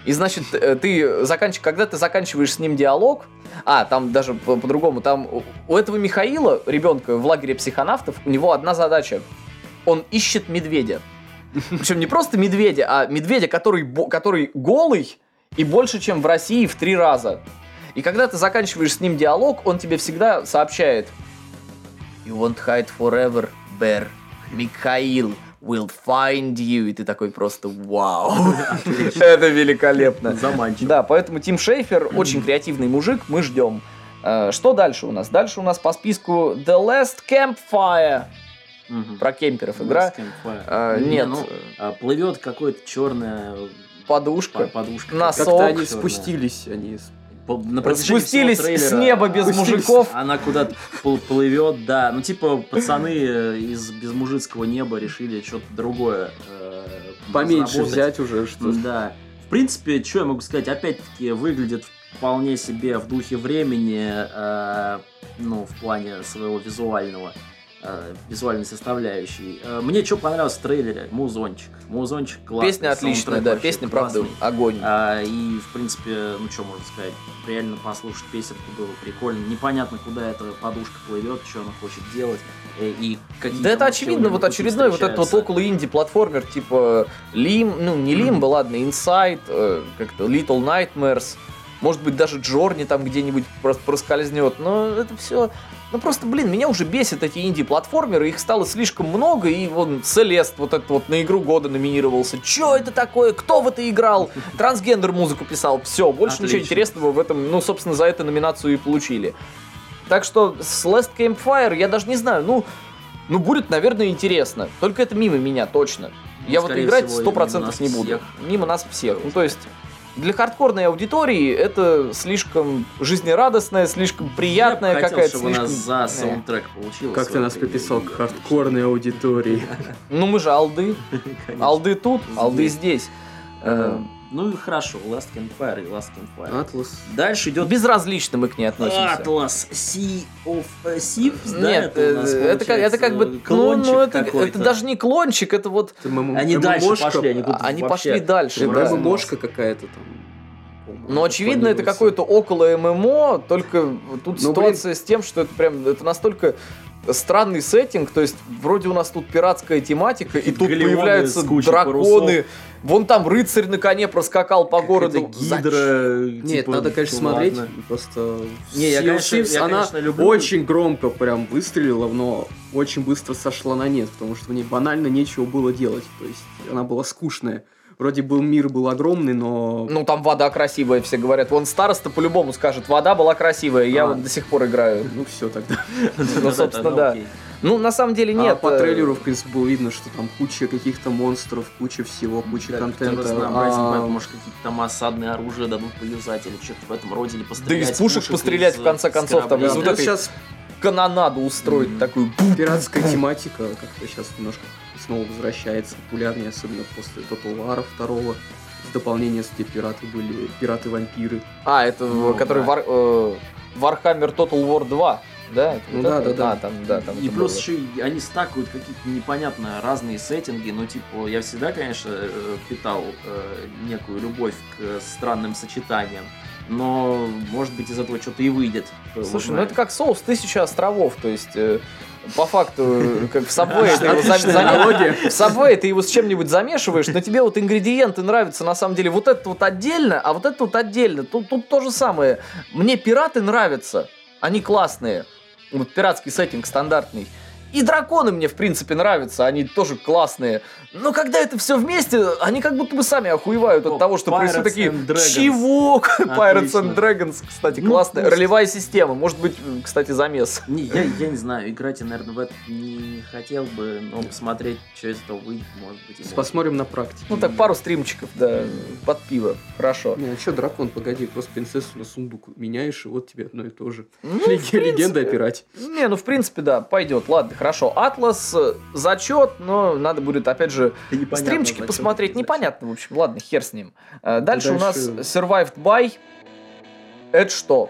S2: И значит, э, ты заканч... когда ты заканчиваешь с ним диалог, а, там даже по- по-другому, там у- у этого Михаила, ребенка в лагере психонавтов, у него одна задача. Он ищет медведя. Причем не просто медведя, а медведя, который, бо- который голый и больше, чем в России в три раза. И когда ты заканчиваешь с ним диалог, он тебе всегда сообщает You won't hide forever, bear. Михаил will find you. И ты такой просто вау. Это
S1: Ну,
S2: великолепно.
S1: Заманчиво.
S2: Да, поэтому
S1: (clears throat)
S2: Тим Шейфер очень креативный мужик, мы ждем. Э, Что дальше у нас? Дальше у нас по списку The Last Campfire.
S1: Мгм. Ну,
S2: Про кемперов игра.
S1: Last Campfire.
S2: Э,
S1: Не,
S2: Нет,
S1: ну,
S2: э,
S1: а, плывет какое-то черное
S2: подушка.
S1: подушка.
S2: На
S1: Как-то
S2: Сок.
S3: Как-то
S1: черное.
S3: они спустились, они... с-
S1: По- на протяжении всего
S2: Спустились
S1: трейлера
S2: с неба без
S1: спустились.
S2: мужиков.
S1: Она куда-то пл- плывет, да. Ну, типа, пацаны э, из безмужицкого неба решили что-то другое э,
S3: Поменьше
S1: разработать.
S3: взять уже, что ли.
S1: Да. В принципе, что я могу сказать, опять-таки, выглядит вполне себе в духе времени, э, ну, в плане своего визуального, э, визуальной составляющей. Э, мне что понравилось в трейлере? Музончик. Музончик классный.
S2: Песня отличная,
S1: саундтрек
S2: да,
S1: вообще
S2: песня, правда,
S1: классный.
S2: огонь.
S1: А, и, в принципе, ну что можно сказать, реально послушать песенку было прикольно. Непонятно, куда эта подушка плывет, что она хочет делать. э, И какие
S2: Да это
S1: там вообще
S2: очевидно,
S1: у
S2: вот
S1: него
S2: очередной вот этот вот
S1: встречаются.
S2: около инди-платформер, типа Лим, ну не Лимба, ладно, Inside, э, как-то Little Nightmares, может быть даже Джорни там где-нибудь просто проскользнет, но это все... Ну просто, блин, меня уже бесит эти инди-платформеры, их стало слишком много, и вон Селест вот этот вот на игру года номинировался. Чё это такое? Кто в это играл? Трансгендер музыку писал, все, больше ничего
S1: Отлично.
S2: интересного в этом, ну, собственно, за это номинацию и получили. Так что с Last Campfire я даже не знаю, ну, ну будет, наверное, интересно. Только это мимо меня, точно.
S1: Ну,
S2: я вот
S1: скорее
S2: играть
S1: всего,
S2: сто процентов не
S1: мимо нас
S2: буду.
S1: всех.
S2: Мимо нас всех. Ну, то есть для хардкорной аудитории это слишком жизнерадостное, слишком
S1: Я
S2: приятное
S1: бы хотел,
S2: какая-то,
S1: чтобы у
S2: слишком... Э,
S1: нас за саундтрек получилось.
S3: Как ты нас приписал к
S1: (laughs)
S3: хардкорной аудитории.
S2: Ну мы же алды. Алды тут, алды здесь. Э,
S1: Ну и хорошо, Last Campfire и Last Campfire.
S3: Атлас.
S1: Дальше идет
S2: Безразлично мы к ней относимся.
S1: Атлас Sea of э, Thieves, да?
S2: Нет,
S1: это, у нас
S2: э, это, как,
S1: получается,
S2: это как бы...
S1: э,
S2: ну,
S1: клончик
S2: ну, это,
S1: какой-то.
S2: это даже не клончик, это вот...
S3: Это ММ-
S1: Они дальше
S3: ММОшка.
S1: пошли, они куда-то
S2: Они
S1: вообще
S2: пошли дальше.
S1: в
S2: да.
S3: Это
S1: разные
S3: ММОшка какая-то там.
S2: Ну, очевидно, это
S3: планируется.
S2: какое-то около ММО, только тут
S3: Ну,
S2: ситуация с тем, что это прям это настолько странный сеттинг, то есть вроде у нас тут пиратская тематика, и тут
S1: Галеоны
S2: появляются
S1: с кучей
S2: драконы, вон там рыцарь на коне проскакал по
S1: Какая-то
S2: городу. Зачем?
S1: гидра.
S3: Нет,
S1: типа,
S3: надо, конечно,
S1: ну,
S3: смотреть.
S1: ладно.
S3: Просто
S1: Не, я,
S3: Sea of
S1: конечно,
S3: Thieves,
S1: я,
S3: она
S1: конечно, люблю.
S3: очень громко прям выстрелила, но очень быстро сошла на нет, потому что мне банально нечего было делать. То есть она была скучная. Вроде был мир был огромный, но
S2: Ну там вода красивая, все говорят. Вон староста по-любому скажет, вода была красивая, я
S3: А.
S2: вот до сих пор играю.
S3: ну все тогда.
S1: Да-да-да,
S2: собственно,
S1: ну,
S2: да.
S1: окей.
S2: Ну, на самом деле нет.
S3: А по трейлеру, в принципе, было видно, что там куча каких-то монстров, куча всего, куча
S1: Да,
S3: контента.
S1: как-то разнообразить,
S3: А,
S1: поэтому, может, какие-то там осадные оружия дадут повязать или что-то в этом роде, или
S2: Да
S1: пострелять. э,
S2: из пушек пострелять, в конце
S1: с
S2: концов, там,
S1: кораблей.
S2: из
S3: да,
S2: вот
S3: плюс
S2: этой-
S3: сейчас
S2: э, Канонаду устроить
S1: Мгм.
S2: такую.
S3: пиратская тематика как-то сейчас немножко снова возвращается популярнее, особенно после Татуара второго. В дополнение, кстати, пираты были, пираты-вампиры.
S2: А, это в-
S1: Ну,
S2: который
S1: да.
S2: Вар- э, Warhammer Total War 2. Да, Это
S3: Ну
S2: вот
S3: да,
S2: это?
S3: да, да.
S2: А, там, да, там
S1: И
S2: это
S1: плюс
S2: было.
S1: еще и они стакают какие-то непонятно разные сеттинги, но типа я всегда, конечно, э, питал э, некую любовь к э, странным сочетаниям, но может быть из этого что-то и выйдет. Кто его
S2: Слушай, ну
S1: знает.
S2: это как соус тысяча островов, то есть э, по факту, э, как в Subway, ты его зам- зам- в Subway ты его с чем-нибудь замешиваешь, но тебе вот ингредиенты нравятся на самом деле. Вот это вот отдельно, а вот это вот отдельно. Тут, тут то же самое. Мне пираты нравятся. Они классные. Вот пиратский сеттинг стандартный. И драконы мне, в принципе, нравятся. Они тоже классные. Но когда это все вместе, они как будто бы сами охуевают
S1: О,
S2: от того, что
S1: Pirates
S2: происходит. Такие,
S1: and Dragons.
S2: чего? Pirates
S1: Отлично.
S2: and Dragons, кстати,
S1: Ну,
S2: классная.
S1: пусть.
S2: Ролевая система. Может быть, кстати, замес.
S1: Не, я, я не знаю, играть я, наверное, в это не хотел бы, но посмотреть, что из этого выйдет, может быть. и можно.
S3: Посмотрим на практике.
S2: Ну так, пару стримчиков, да, под пиво. Хорошо.
S3: Не, а чё дракон, погоди, просто принцессу на сундук меняешь, и вот тебе одно и то же.
S2: Ну,
S3: Лег-
S2: в принципе,
S3: Легенда о пирате.
S2: Не, ну в принципе, да, пойдет. Ладно, хорошо. Атлас, э, зачет, но надо будет, опять же,
S1: Да непонятно,
S2: стримчики
S1: зачем,
S2: посмотреть.
S1: зачем.
S2: Непонятно, в общем. Ладно, хер с ним. Э, Дальше, у нас
S3: Дальше-
S2: Survived by. Это что?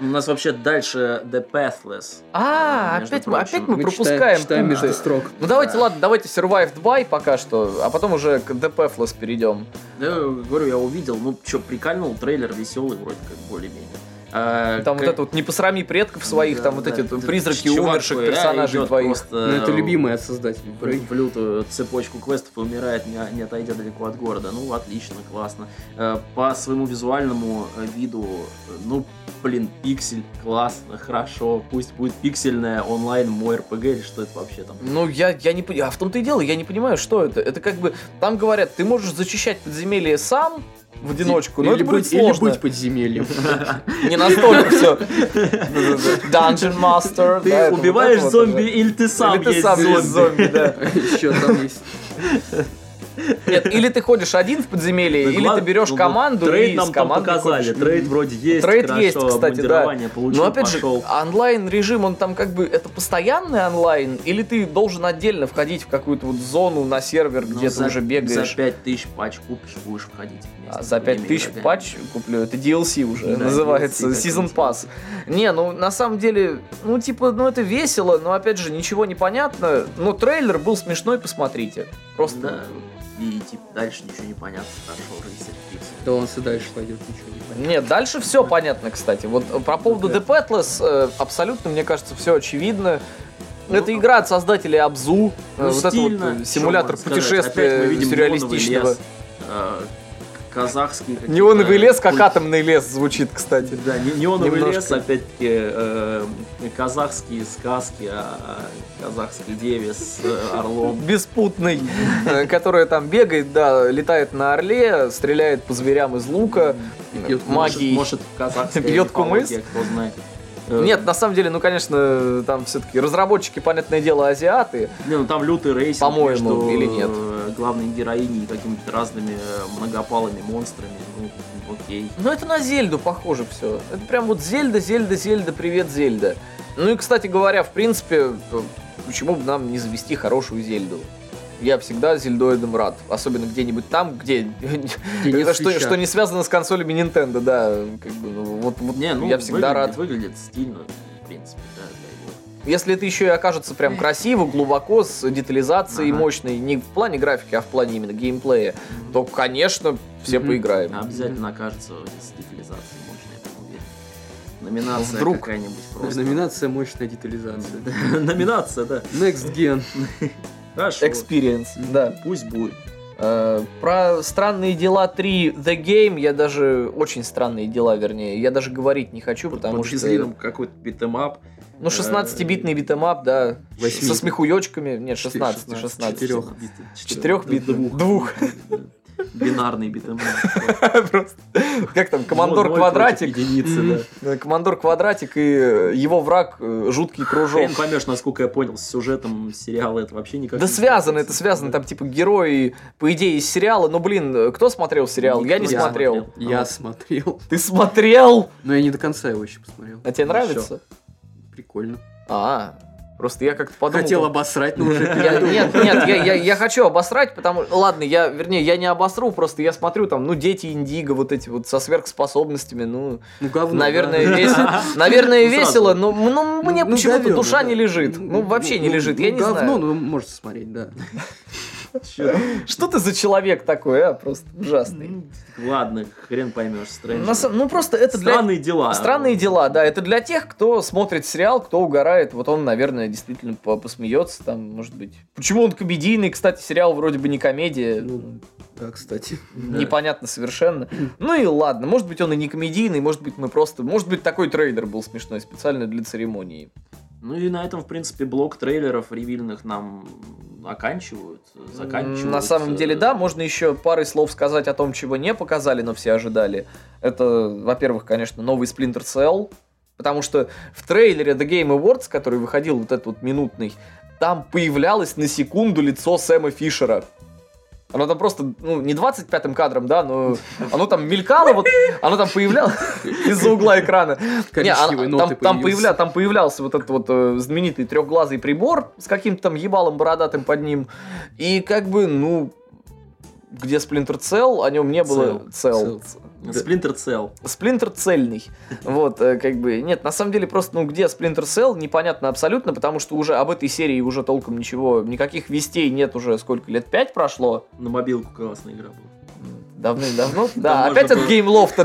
S1: У нас вообще дальше The Pathless.
S2: А,
S1: Э, между
S2: опять, мы,
S1: прочим.
S2: опять мы,
S3: Мы
S2: пропускаем.
S3: читаем, читаем
S2: пункты.
S3: между строк.
S2: Ну давайте,
S1: Да.
S2: ладно, давайте Survived by пока что, а потом уже к DPFLess перейдем.
S1: Да, я говорю, я увидел, ну что, прикольнул, трейлер веселый вроде как, более-менее. А,
S2: Там вот
S1: как-
S2: это вот не посрами предков своих,
S1: Да,
S2: там вот
S1: да,
S2: эти вот
S1: этот
S2: призраки
S1: чувак
S2: умерших
S1: реально
S2: персонажей
S1: идет
S2: твоих.
S1: просто,
S3: Ну, это
S2: Эм,
S1: э,
S3: любимое от создателей.
S1: в в лютую цепочку квестов и умирает, не, не отойдя далеко от города. Ну, отлично, классно. Э, По своему визуальному э, виду, э, ну, блин, пиксель, классно, хорошо. Пусть будет пиксельная онлайн мой РПГ или что это вообще там.
S2: Ну, я, я не понимаю. А в том-то и дело, я не понимаю, что это. Это как бы, там говорят, ты можешь зачищать подземелье сам в одиночку, но
S3: или,
S2: это будет
S3: быть, или
S2: сложно.
S3: быть
S2: (laughs)
S3: подземельем.
S2: Не
S1: (laughs)
S2: настолько все. Dungeon Master.
S1: Ты
S2: да, это вот
S1: убиваешь
S2: это вот
S1: зомби
S2: уже.
S1: или ты сам
S2: Или ты
S1: есть
S2: сам
S1: зомби?
S2: есть зомби,
S1: (laughs)
S2: да.
S3: Еще там есть.
S2: Нет, или ты ходишь один в подземелье,
S1: Ну,
S2: или ты
S1: главное,
S2: берешь
S1: ну,
S2: команду
S1: Трейд
S2: и
S1: нам
S2: с
S1: там
S2: командой
S1: показали.
S2: ходишь.
S1: Трейд вроде есть.
S2: Трейд
S1: хорошо,
S2: есть, кстати, да.
S1: обмундирование Получил,
S2: Но опять же,
S1: пошел.
S2: онлайн режим, он там как бы, это постоянный онлайн, или ты должен отдельно входить в какую-то вот зону на сервер,
S1: Ну,
S2: где ты
S1: за-
S2: уже бегаешь?
S1: За 5000 патч купишь, будешь входить вместе.
S2: А,
S1: с
S2: За
S1: другими
S2: 5000
S1: игроками.
S2: патч куплю, это DLC уже
S1: Да,
S2: называется,
S1: DLC,
S2: Season
S1: как
S2: Pass. Не, ну на самом деле, ну типа, ну это весело, но опять же ничего не понятно, но трейлер был смешной, посмотрите. Просто
S1: Да. И типа дальше ничего не понятно. Хорошо, рыцарь, пиксель.
S3: Да он сюда дальше пойдет, ничего не понятно.
S2: Нет, дальше все понятно, кстати. Вот э, про поводу The Petless э, абсолютно, мне кажется, все очевидно.
S1: Ну,
S2: это игра от создателей Абзу.
S1: Ну,
S2: э, вот
S1: стильно,
S2: это вот э,
S1: чё
S2: симулятор
S1: можно сказать.
S2: путешествия
S1: Опять мы видим
S2: сюрреалистичного.
S1: неоновый лес, э, казахский. какие-то
S2: (laughs) Неоновый лес, как
S1: куль-
S2: атомный лес звучит, кстати.
S1: Да, не- неоновый
S2: Немножко.
S1: лес, опять-таки, э, казахские сказки а, о казахской деве с э, орлом. (laughs)
S2: Беспутный, э, которая там бегает, да, летает на орле, стреляет по зверям из лука.
S1: И
S2: э,
S1: пьет кумыс.
S2: Магией.
S1: Может, казахская
S2: Пьет кумыс?
S1: мифология, кто знает. Э,
S2: Нет, на самом деле, ну, конечно, там все-таки разработчики, понятное дело, азиаты.
S1: Не, ну там лютый рейсинг
S2: По-моему,
S1: между,
S2: или нет?
S1: э, главной героиней и какими-то разными э, многопалыми монстрами. Ну, окей.
S2: Ну, это на Зельду похоже все. Это прям вот Зельда, Зельда, Зельда, привет, Зельда. Ну и, кстати говоря, в принципе, э, почему бы нам не завести хорошую Зельду? Я всегда зельдоидом рад. Особенно где-нибудь там, где... (laughs)
S3: Где нет
S2: что,
S3: свеча.
S2: что не связано с консолями Nintendo, да. Как бы, ну, вот, вот
S1: Не, ну,
S2: я всегда
S1: выглядит,
S2: рад.
S1: Выглядит стильно, в принципе, да, да, его.
S2: Если это еще и окажется прям красиво, глубоко, с детализацией
S1: Ага.
S2: мощной, не в плане графики, а в плане именно геймплея, то, конечно, все
S3: Мгм.
S2: поиграем.
S1: Обязательно окажется с детализацией мощной, я прям уверен. Номинация
S2: Вдруг. (laughs)
S1: какая-нибудь просто.
S3: Номинация «Мощная детализация».
S1: (laughs) Номинация, да.
S3: Next Gen.
S1: Хорошо.
S2: Experience, да.
S1: Пусть будет.
S2: Э, Про странные дела 3 The Game я даже очень странные дела, вернее, я даже говорить не хочу, Ну, потому
S1: Под
S2: что.
S1: визлином какой-то битэмап.
S2: Ну, 16-битный битэмап, да.
S3: Восьми.
S2: Со смехуёчками. Нет, 16, 16.
S3: Четырех.
S2: Четырехбитный. (laughs)
S1: Двух.
S2: Двух.
S1: Бинарный битэмэп.
S2: (laughs) Просто. Как там, (laughs) командор
S1: Ноль
S2: Квадратик.
S1: против Единицы, да.
S2: э, Командор Квадратик и э, его враг э, жуткий кружок.
S1: Хрен поймешь, насколько я понял, с сюжетом сериала это вообще никак
S2: Да
S1: не
S2: связано, это
S1: связано.
S2: связано, там типа герои, по идее, из сериала, но, блин, э, кто смотрел сериал? я не
S1: Никто
S2: смотрел.
S3: Я
S1: А,
S3: смотрел.
S2: Ты смотрел?
S3: Но я не до конца его еще посмотрел.
S2: А тебе
S1: Ну,
S2: нравится?
S3: Прикольно.
S2: А, просто я как-то подумал. ну,
S3: Хотел обосрать, но уже (laughs)
S2: Я-
S3: передумал.
S2: нет, нет, я, я- я хочу обосрать, потому ладно, я, вернее, я не обосру, просто я смотрю там, ну, дети Индиго, вот эти вот со сверхспособностями, ну,
S3: Ну, говно.
S2: наверное,
S3: да.
S2: весело,
S3: (laughs)
S2: наверное,
S1: Сразу.
S2: весело, но, ну, мне
S3: Ну,
S2: почему-то
S3: говёно,
S2: душа
S3: да.
S2: не лежит, ну, вообще не
S3: ну,
S2: лежит,
S3: ну,
S2: я не
S3: говно,
S2: знаю.
S3: ну, можете смотреть, да.
S1: чё ты?
S2: Что ты за человек такой, а, просто ужасный.
S1: Ну, Ладно, хрен поймешь, Стрэндж.
S2: На самом- ну, просто это для...
S1: Странные дела.
S2: Странные дела, да. Это для тех, кто смотрит сериал, кто угорает. Вот он, наверное, действительно по- посмеется, там, может быть. Почему он комедийный? Кстати, сериал вроде бы не комедия.
S3: Ну, да, кстати.
S1: Да.
S2: Непонятно совершенно. Ну и ладно, может быть, он и не комедийный, может быть, мы просто... Может быть, такой трейдер был смешной специально для церемонии.
S1: Ну и на этом, в принципе, блок трейлеров ревильных нам оканчивают, заканчивают. э,
S2: На самом деле, да, можно еще парой слов сказать о том, чего не показали, но все ожидали. Это, во-первых, конечно, новый Splinter Cell, потому что в трейлере The Game Awards, который выходил вот этот вот минутный, там появлялось на секунду лицо Сэма Фишера. Оно там просто, ну, не 25-м кадром, да, но оно там мелькало, вот, оно там появлялось (laughs) из-за угла экрана. (laughs) Не, а-
S3: Коричневые
S2: там,
S3: ноты
S2: там,
S3: появился.
S2: появля- там появлялся вот этот вот э, знаменитый трехглазый прибор с каким-то там ебалом бородатым под ним. И как бы, ну, где Сплинтер цел, о нем не было цел.
S3: Цел.
S1: Сплинтер цел.
S2: Сплинтер цельный. Вот, э, как бы, нет, на самом деле просто, ну, где Сплинтер Cell, непонятно абсолютно, потому что уже об этой серии уже толком ничего, никаких вестей нет уже сколько лет, пять прошло?
S1: На мобилку классная игра была.
S2: Давным-давно? Да,
S1: можно
S2: опять от
S1: было.
S2: геймлофта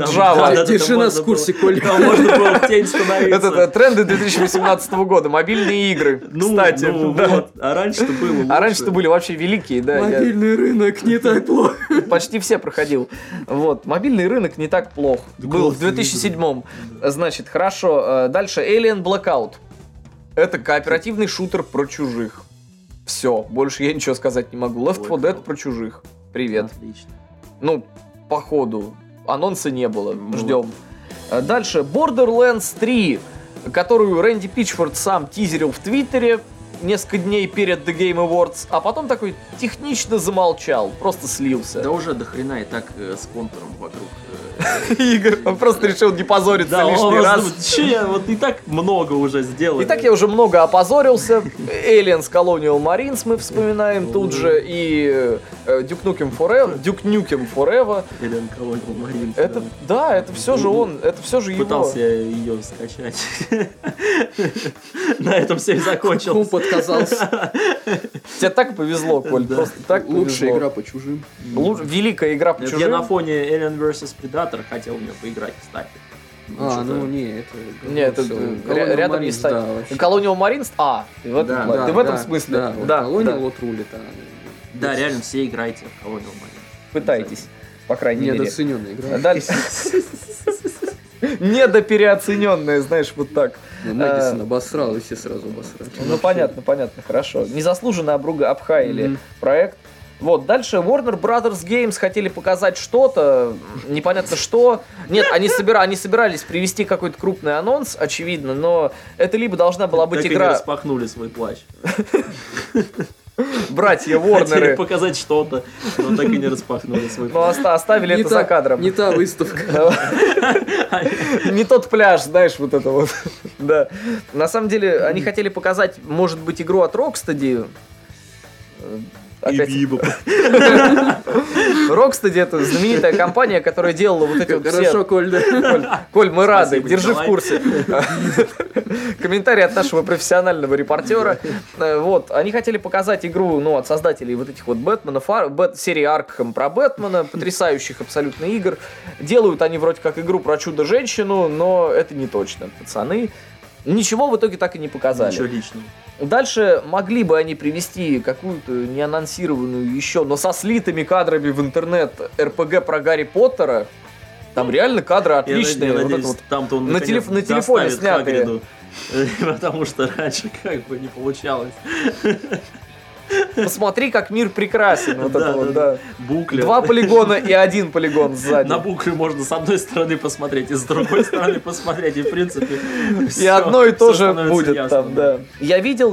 S1: (laughs) Там-
S2: Java.
S1: Да, да,
S3: Держи
S1: там
S3: нас
S1: можно
S3: в курсе,
S1: было-
S3: Коля.
S1: Там можно было в
S2: (laughs)
S1: тень становиться.
S2: Это э, тренды 2018 года, мобильные игры,
S1: (laughs) Ну,
S2: кстати.
S1: ну
S2: да.
S1: вот, а раньше-то было
S2: А
S1: лучше. (laughs)
S2: раньше-то были вообще великие, да. Я
S3: Мобильный рынок не так плохо.
S2: почти все проходил. Вот. Мобильный рынок не так плох.
S1: Да
S2: Был в
S1: классные
S2: 2007 Значит, хорошо. э, Дальше Alien Blackout. Это кооперативный шутер про чужих. Все, больше я ничего сказать не могу. Left 4 Dead
S1: Blackout.
S2: про чужих. Привет.
S1: Отлично.
S2: Ну, походу. Анонса не было.
S1: Ну,
S2: Ждем. Э, Дальше Borderlands 3, которую Рэнди Пичфорд сам тизерил в Твиттере несколько дней перед The Game Awards, а потом такой технично замолчал, просто слился.
S1: Да уже до хрена и так э, с контуром вокруг. э,
S2: (laughs) Игр. Он просто решил не позориться
S1: Да, он
S2: лишний
S1: просто
S2: раз.
S1: думает, «Чё я вот и так много уже сделал.
S2: И так я уже много опозорился. Aliens Colonial Marines мы
S1: Ну
S2: вспоминаем тут же. И э, Duke Nukem Forever. Duke Nukem Forever.
S1: Элен Колониал Марин.
S2: Это, да, это все же он, это все же его.
S1: Ну, Пытался я ее скачать. (laughs) На этом все и закончилось.
S3: Комп отказался.
S2: Тебе так повезло, Коль,
S1: Да.
S2: просто (laughs) так
S3: Лучшая
S2: повезло.
S3: игра по чужим.
S2: Лу- Великая игра по
S1: Это Я на
S2: чужим.
S1: фоне Alien vs. Predator хотел мне поиграть, кстати. Ну,
S3: А,
S1: что-то-
S3: ну не, это...
S2: Не, это
S3: всё,
S2: э,
S3: Colonial
S2: ря- рядом не
S3: Marines,
S2: ставь.
S3: да, вообще.
S2: Colonial Marines? А, ты в этом,
S1: Да,
S2: плане.
S1: да,
S2: ты в этом
S3: да,
S2: смысле.
S3: Да, вот
S2: да,
S3: Colonial
S2: да.
S3: вот рулит, а...
S1: Да, реально, все играйте в Colonial Marines.
S2: Пытайтесь, по крайней мере.
S3: Недооцененная игра.
S2: Дальше. (laughs) Недопереоцененная, знаешь, вот так.
S3: Ну,
S2: А.
S3: Мэдисон обосрал, и все сразу обосрали.
S2: Ну, понятно, понятно, хорошо. Незаслуженно обруга обхаяли
S3: Мгм.
S2: проект. Вот, дальше Warner Brothers Games хотели показать что-то, непонятно что. Нет, они, собира... они собирались привести какой-то крупный анонс, очевидно, но это либо должна была быть
S1: Так и не
S2: игра
S1: распахнули свой
S2: (laughs)
S1: плащ. (laughs) Хотели
S2: «Братья Ворнеры»,
S1: показать что-то, но так и не распахнули свой
S2: (laughs) но
S1: плащ.
S2: оста- оставили
S3: Не
S2: это
S3: та-
S2: за кадром.
S3: Не та выставка.
S2: (laughs) Не тот пляж, знаешь, вот это вот. (laughs) Да. На самом деле, они хотели показать, может быть, игру от Rocksteady. Э,
S1: (laughs) И
S2: Опять
S1: Биба.
S2: Rocksteady это знаменитая компания, которая делала вот эти вот
S3: Хорошо,
S2: все...
S3: Коль, да.
S2: Коль, Коль, мы рады,
S1: Спасибо,
S2: держи в
S1: Николай.
S2: курсе. Комментарий от нашего профессионального репортера. Э, Вот, они хотели показать игру, ну, от создателей вот этих вот Бэтменов, Ар- Бэт- серии Аркхэм про Бэтмена, потрясающих абсолютно игр. Делают они вроде как игру про чудо-женщину, но это не точно, пацаны. Ничего в итоге так и не показали.
S1: Ничего личного.
S2: Дальше могли бы они привести какую-то неанонсированную еще, но со слитыми кадрами в интернет РПГ про Гарри Поттера. Там реально кадры
S1: Я над-
S2: отличные.
S1: я
S2: вот это
S1: надеюсь,
S2: вот.
S1: там-то он
S2: на
S1: наконец
S2: телеф- на телефоне
S1: доставит (laughs)
S2: снятые.
S1: Хагриду. Потому что раньше как бы не получалось.
S2: Посмотри, как мир
S1: (laughs)
S2: прекрасен. Вот это
S1: Да,
S2: вот,
S1: да,
S2: да.
S1: Букля.
S2: Два полигона и
S1: (laughs)
S2: один полигон сзади.
S1: На буклю можно с одной стороны посмотреть и с другой стороны посмотреть, и в принципе
S2: (laughs) И
S1: всё-
S2: одно и то
S1: всё
S2: же
S1: становится
S2: будет
S1: ясно,
S2: там, да. Я видел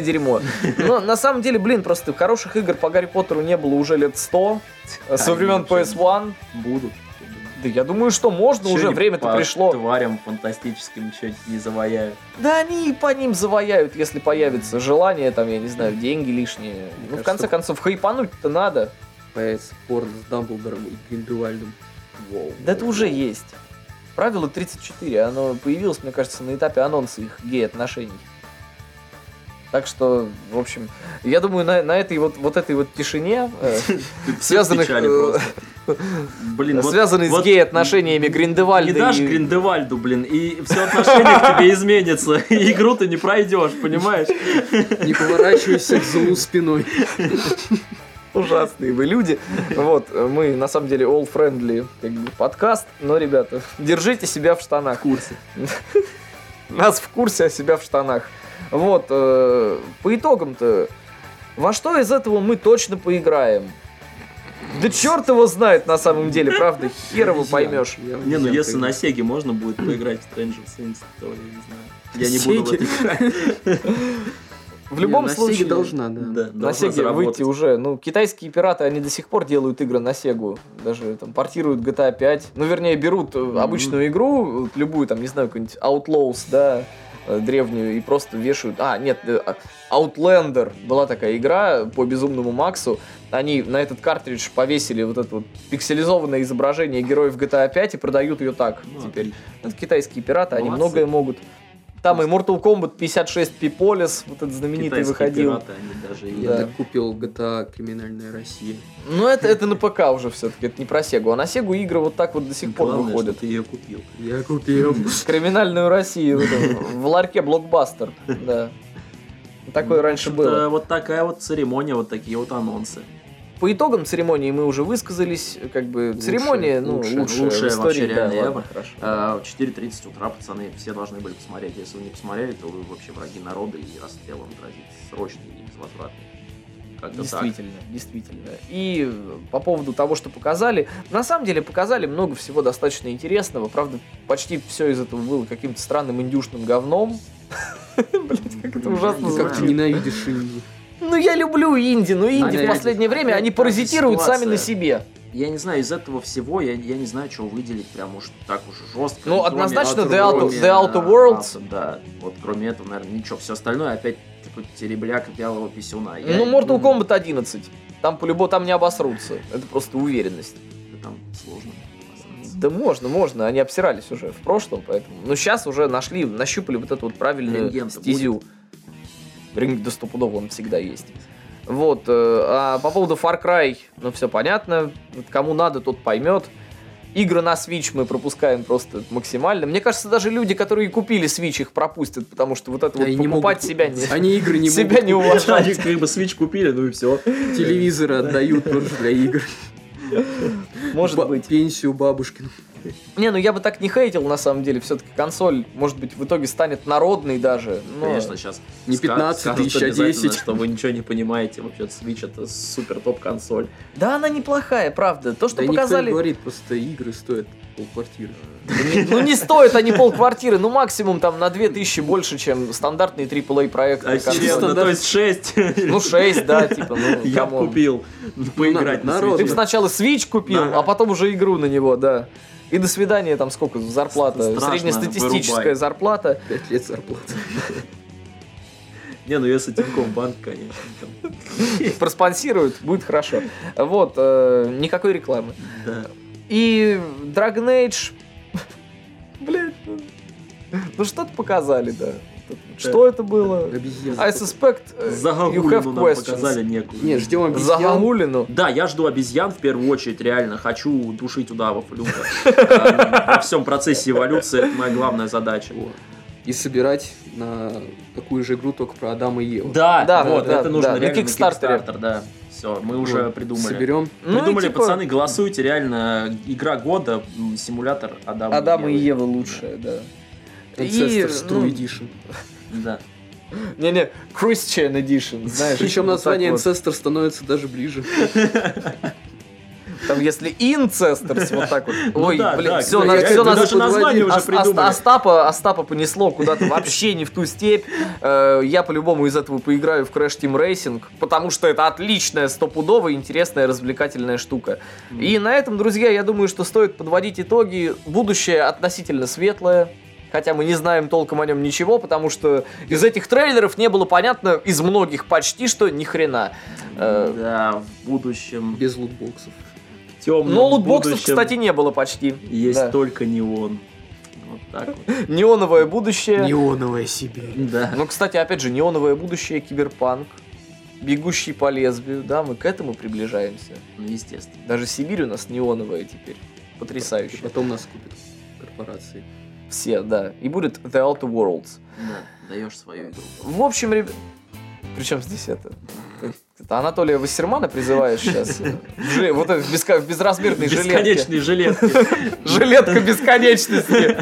S1: (laughs)
S2: дерьмо. Но на самом деле, блин, просто хороших игр по Гарри Поттеру не было уже лет 100. Со времен PS1.
S1: Будут.
S2: Да я думаю, что можно
S1: Чё
S2: Ну, уже,
S1: они
S2: время-то
S1: по
S2: пришло.
S1: тварям фантастическим что-нибудь не заваяют.
S2: Да они и по ним заваяют, если появится желание, там, я не знаю, деньги лишние. ну, в
S3: кажется,
S2: конце концов, хайпануть-то надо.
S3: Появится порно с Дамблдором и Гриндевальдом.
S2: Да это уже есть. Правило 34, оно появилось, мне кажется, на этапе анонса их гей-отношений. Так что, в общем, я думаю, на, на этой вот, вот этой вот тишине, э, Связанных,
S1: Печали
S2: э,
S1: просто. Блин, вот-
S2: связанной с
S1: вот
S2: гей-отношениями Гриндевальда
S1: Не дашь
S2: и-
S1: Гриндевальду, блин, и все отношение к тебе изменится. (laughs) И игру ты не пройдешь,
S2: (laughs)
S1: понимаешь?
S3: Не поворачивайся к злу спиной.
S2: Ужасные вы люди. (laughs) Вот, э, мы на самом деле all friendly как бы, подкаст, но, ребята, держите себя в штанах.
S1: курсе.
S2: Нас в курсе, а себя в штанах. Вот, э, по итогам-то, во что из этого мы точно поиграем? Да черт его знает на самом деле, правда, хер его поймешь.
S3: Я
S1: Не, ну
S3: обезьян
S1: если на
S3: поиграю.
S1: Сеге можно будет поиграть в Stranger Things, то я не знаю. Я не буду в это
S3: Сеге?
S1: играть. (laughs)
S2: В любом
S3: Не, на
S2: случае,
S3: Сеге должна, да.
S1: Да,
S2: на
S1: должна
S2: Сеге
S1: заработать.
S2: выйти уже. Ну, китайские пираты, они до сих пор делают игры на Сегу. Даже там портируют GTA 5. Ну, вернее, берут э, обычную игру, вот любую, там, не знаю, какую-нибудь Outlaws, да, э, древнюю, и просто вешают... А, нет, э, а, Outlander была такая игра по Безумному Максу. Они на этот картридж повесили вот это вот пикселизованное изображение героев GTA 5 и продают ее так
S1: Ну,
S2: теперь. Это китайские пираты, они
S1: Молодцы.
S2: многое могут. Там и Mortal Kombat 56 Пиполис, вот этот знаменитый
S1: Китайские
S2: выходил.
S1: пираты, они даже и-
S3: Я
S2: Да.
S3: так купил GTA Криминальная Россия.
S2: Ну, это, это на ПК уже все-таки, это не про Сегу. А на Сегу игры вот так вот до сих пор
S1: Главное,
S2: выходят.
S1: что ты ее купил.
S3: Я купил.
S2: Криминальную Россию вот это, в ларьке блокбастер. Да. Такое раньше
S1: Что-то
S2: было.
S1: Вот такая вот церемония, вот такие вот анонсы.
S2: По итогам церемонии мы уже высказались. Как бы
S3: Лучшее,
S2: церемония, ну,
S3: лучшее,
S2: лучшая
S1: лучшее
S2: в истории,
S1: вообще
S2: да,
S1: реально
S2: ладно,
S1: ever.
S2: хорошо.
S1: А, В 4.30 утра, пацаны, все должны были посмотреть. Если вы не посмотрели, то вы вообще враги народа и расстрелом грозит срочно и безвозвратно. Как-то так.
S2: Действительно, действительно. И э, по поводу того, что показали, на самом деле показали много всего достаточно интересного. Правда, почти все из этого было каким-то странным индюшным говном. Блять, (laughs) как это ужасно
S1: Ну,
S3: Как
S2: звучит.
S3: ты ненавидишь Индию.
S2: Ну, я люблю инди, но инди
S1: Опять-
S2: в последнее время,
S1: опять
S2: они
S1: та
S2: паразитируют
S1: ситуация.
S2: сами на себе.
S1: Я не знаю, из этого всего я, я не знаю, чего выделить прям уж так уж жестко.
S2: Ну, однозначно
S1: кроме-
S2: The Outer-
S1: кроме,
S2: The Outer
S1: а,
S2: Worlds.
S1: а, Да, вот кроме этого, наверное, ничего. Все остальное опять такой теребляк белого писюна. Я-
S2: Ну, Mortal Kombat 11. Там по-любому там не обосрутся. Это просто уверенность.
S1: Да Там сложно. оказывается.
S2: Да можно, можно. Они обсирались уже в прошлом, поэтому. Но сейчас уже нашли, нащупали вот эту вот правильную
S1: Рентген-то
S2: стезю. Ринг до стопудов он всегда есть. Вот. э, А по поводу Far Cry, ну все понятно. Вот Кому надо, тот поймет. Игры на Switch мы пропускаем просто максимально. Мне кажется, даже люди, которые купили Switch, их пропустят, потому что вот это
S3: Да,
S2: вот
S3: и не
S2: покупать
S3: могут-
S2: себя (laughs) не...
S3: Они игры не
S2: себя не уважать.
S1: Они как бы Switch купили, ну и все.
S3: могут. Телевизоры отдают тоже для игр.
S2: Может
S3: Ба-
S2: быть.
S3: Пенсию бабушкину.
S2: Не, ну я бы так не хейтил, на самом деле. Все-таки консоль, может быть, в итоге станет народной даже. но-
S1: Конечно, сейчас
S3: Не 15 тысяч, а 10.
S1: что вы ничего не понимаете. Вообще, Switch это супер топ-консоль.
S2: Да, она неплохая, правда. То, что
S3: Да никто не
S2: показали...
S3: говорит, просто игры стоят полквартиры.
S2: Ну, не стоит они полквартиры, ну, максимум там на 2000 больше, чем стандартный AAA проект. на
S1: А
S2: консоли.
S1: честно, то есть 6.
S2: Ну, 6, да, типа, ну,
S1: Я б
S2: камон.
S1: купил. Поиграть на
S3: народ,
S2: Ты бы
S1: Switch.
S3: народ.
S2: сначала Switch купил,
S1: Да.
S2: а потом уже игру на него, да. И до свидания, там сколько зарплата,
S1: Страшно,
S2: среднестатистическая
S1: вырубай. (laughs)
S2: зарплата.
S3: Пять лет зарплаты.
S1: Не, ну если Тинькофф банк, конечно. там,
S2: Проспонсируют, будет хорошо. Вот, э, никакой рекламы.
S1: да.
S2: И Dragon Age... (laughs) Блин, ну- ну что-то показали, да. Что это было?
S3: Обезьян.
S2: I suspect э, you have
S1: Загогулину нам
S2: questions.
S1: показали некую.
S3: Не, ждем обезьян.
S2: Загогулину?
S1: Да, я жду обезьян в первую очередь, реально. Хочу душить удавов, люка. Э, Во всем процессе эволюции это моя главная задача.
S3: И собирать на такую же игру, только про Адама и Еву.
S1: Да,
S2: Да,
S1: вот,
S2: да,
S1: это
S2: да, Ну,
S1: нужно
S2: да, на
S1: реально на
S2: Кикстартере.
S1: Kickstarter, да. Все, мы уже придумали.
S3: Соберем.
S2: Ну и
S1: Придумали,
S2: типа,
S1: пацаны, голосуйте, реально. Игра года, м, симулятор Адама
S2: Адам и Ева лучшие, да. И,
S3: Ancestors True
S2: ну,
S3: Edition.
S1: Да.
S2: Не-не, ну, Christian Edition, (laughs) знаешь.
S3: Причем
S2: вот
S3: название
S2: так вот.
S3: Ancestor становится даже ближе.
S2: Там если Incestors, вот так вот.
S1: Ну
S2: Ой,
S1: да,
S2: блин,
S1: да,
S2: все,
S1: кстати,
S3: всё
S1: это
S3: нас
S1: даже
S3: подводили.
S1: название уже
S2: Ас- Ас-
S1: придумали.
S2: Остапа, Остапа понесло куда-то вообще не в ту степь. Э, Я по-любому из этого поиграю в Crash Team Racing, потому что это отличная, стопудовая, интересная, развлекательная штука. И на этом, друзья, я думаю, что стоит подводить итоги. Будущее относительно светлое. Хотя мы не знаем толком о нем ничего, потому что из этих трейлеров не было понятно, из многих почти что ни хрена. Э,
S1: Да, в будущем
S3: Без лутбоксов.
S1: темном
S2: Но Ну, лутбоксов,
S1: будущем
S2: кстати, не было почти.
S1: есть
S2: Да.
S1: только неон. Вот так
S2: (laughs)
S1: вот.
S2: Неоновое будущее.
S3: Неоновая Сибирь.
S1: Да.
S2: Ну, кстати, опять же, неоновое будущее, киберпанк, бегущий по лезвию, да, мы к этому приближаемся.
S1: Ну, естественно.
S2: Даже Сибирь у нас неоновая теперь.
S3: И
S2: Потрясающе.
S3: потом нас купят корпорации.
S2: Все, да. И будет The Outer Worlds.
S1: Да, даешь свою игру.
S2: В общем, ребят... Причем здесь это? Это Анатолия Вассермана призываешь сейчас? Вот это в беска- в безразмерной жилетке.
S1: Бесконечные жилетки.
S2: (laughs) Жилетка бесконечности.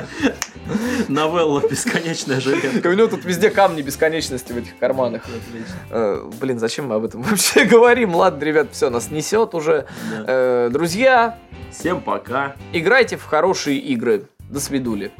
S1: Новелла «Бесконечная жилетка».
S2: У него тут везде камни бесконечности в этих карманах.
S1: Отлично.
S2: Э, Блин, зачем мы об этом вообще (laughs) говорим? Ладно, ребят, все, нас несет уже.
S1: Да.
S2: Э, Друзья,
S1: Всем пока.
S2: играйте в хорошие игры. До свидули.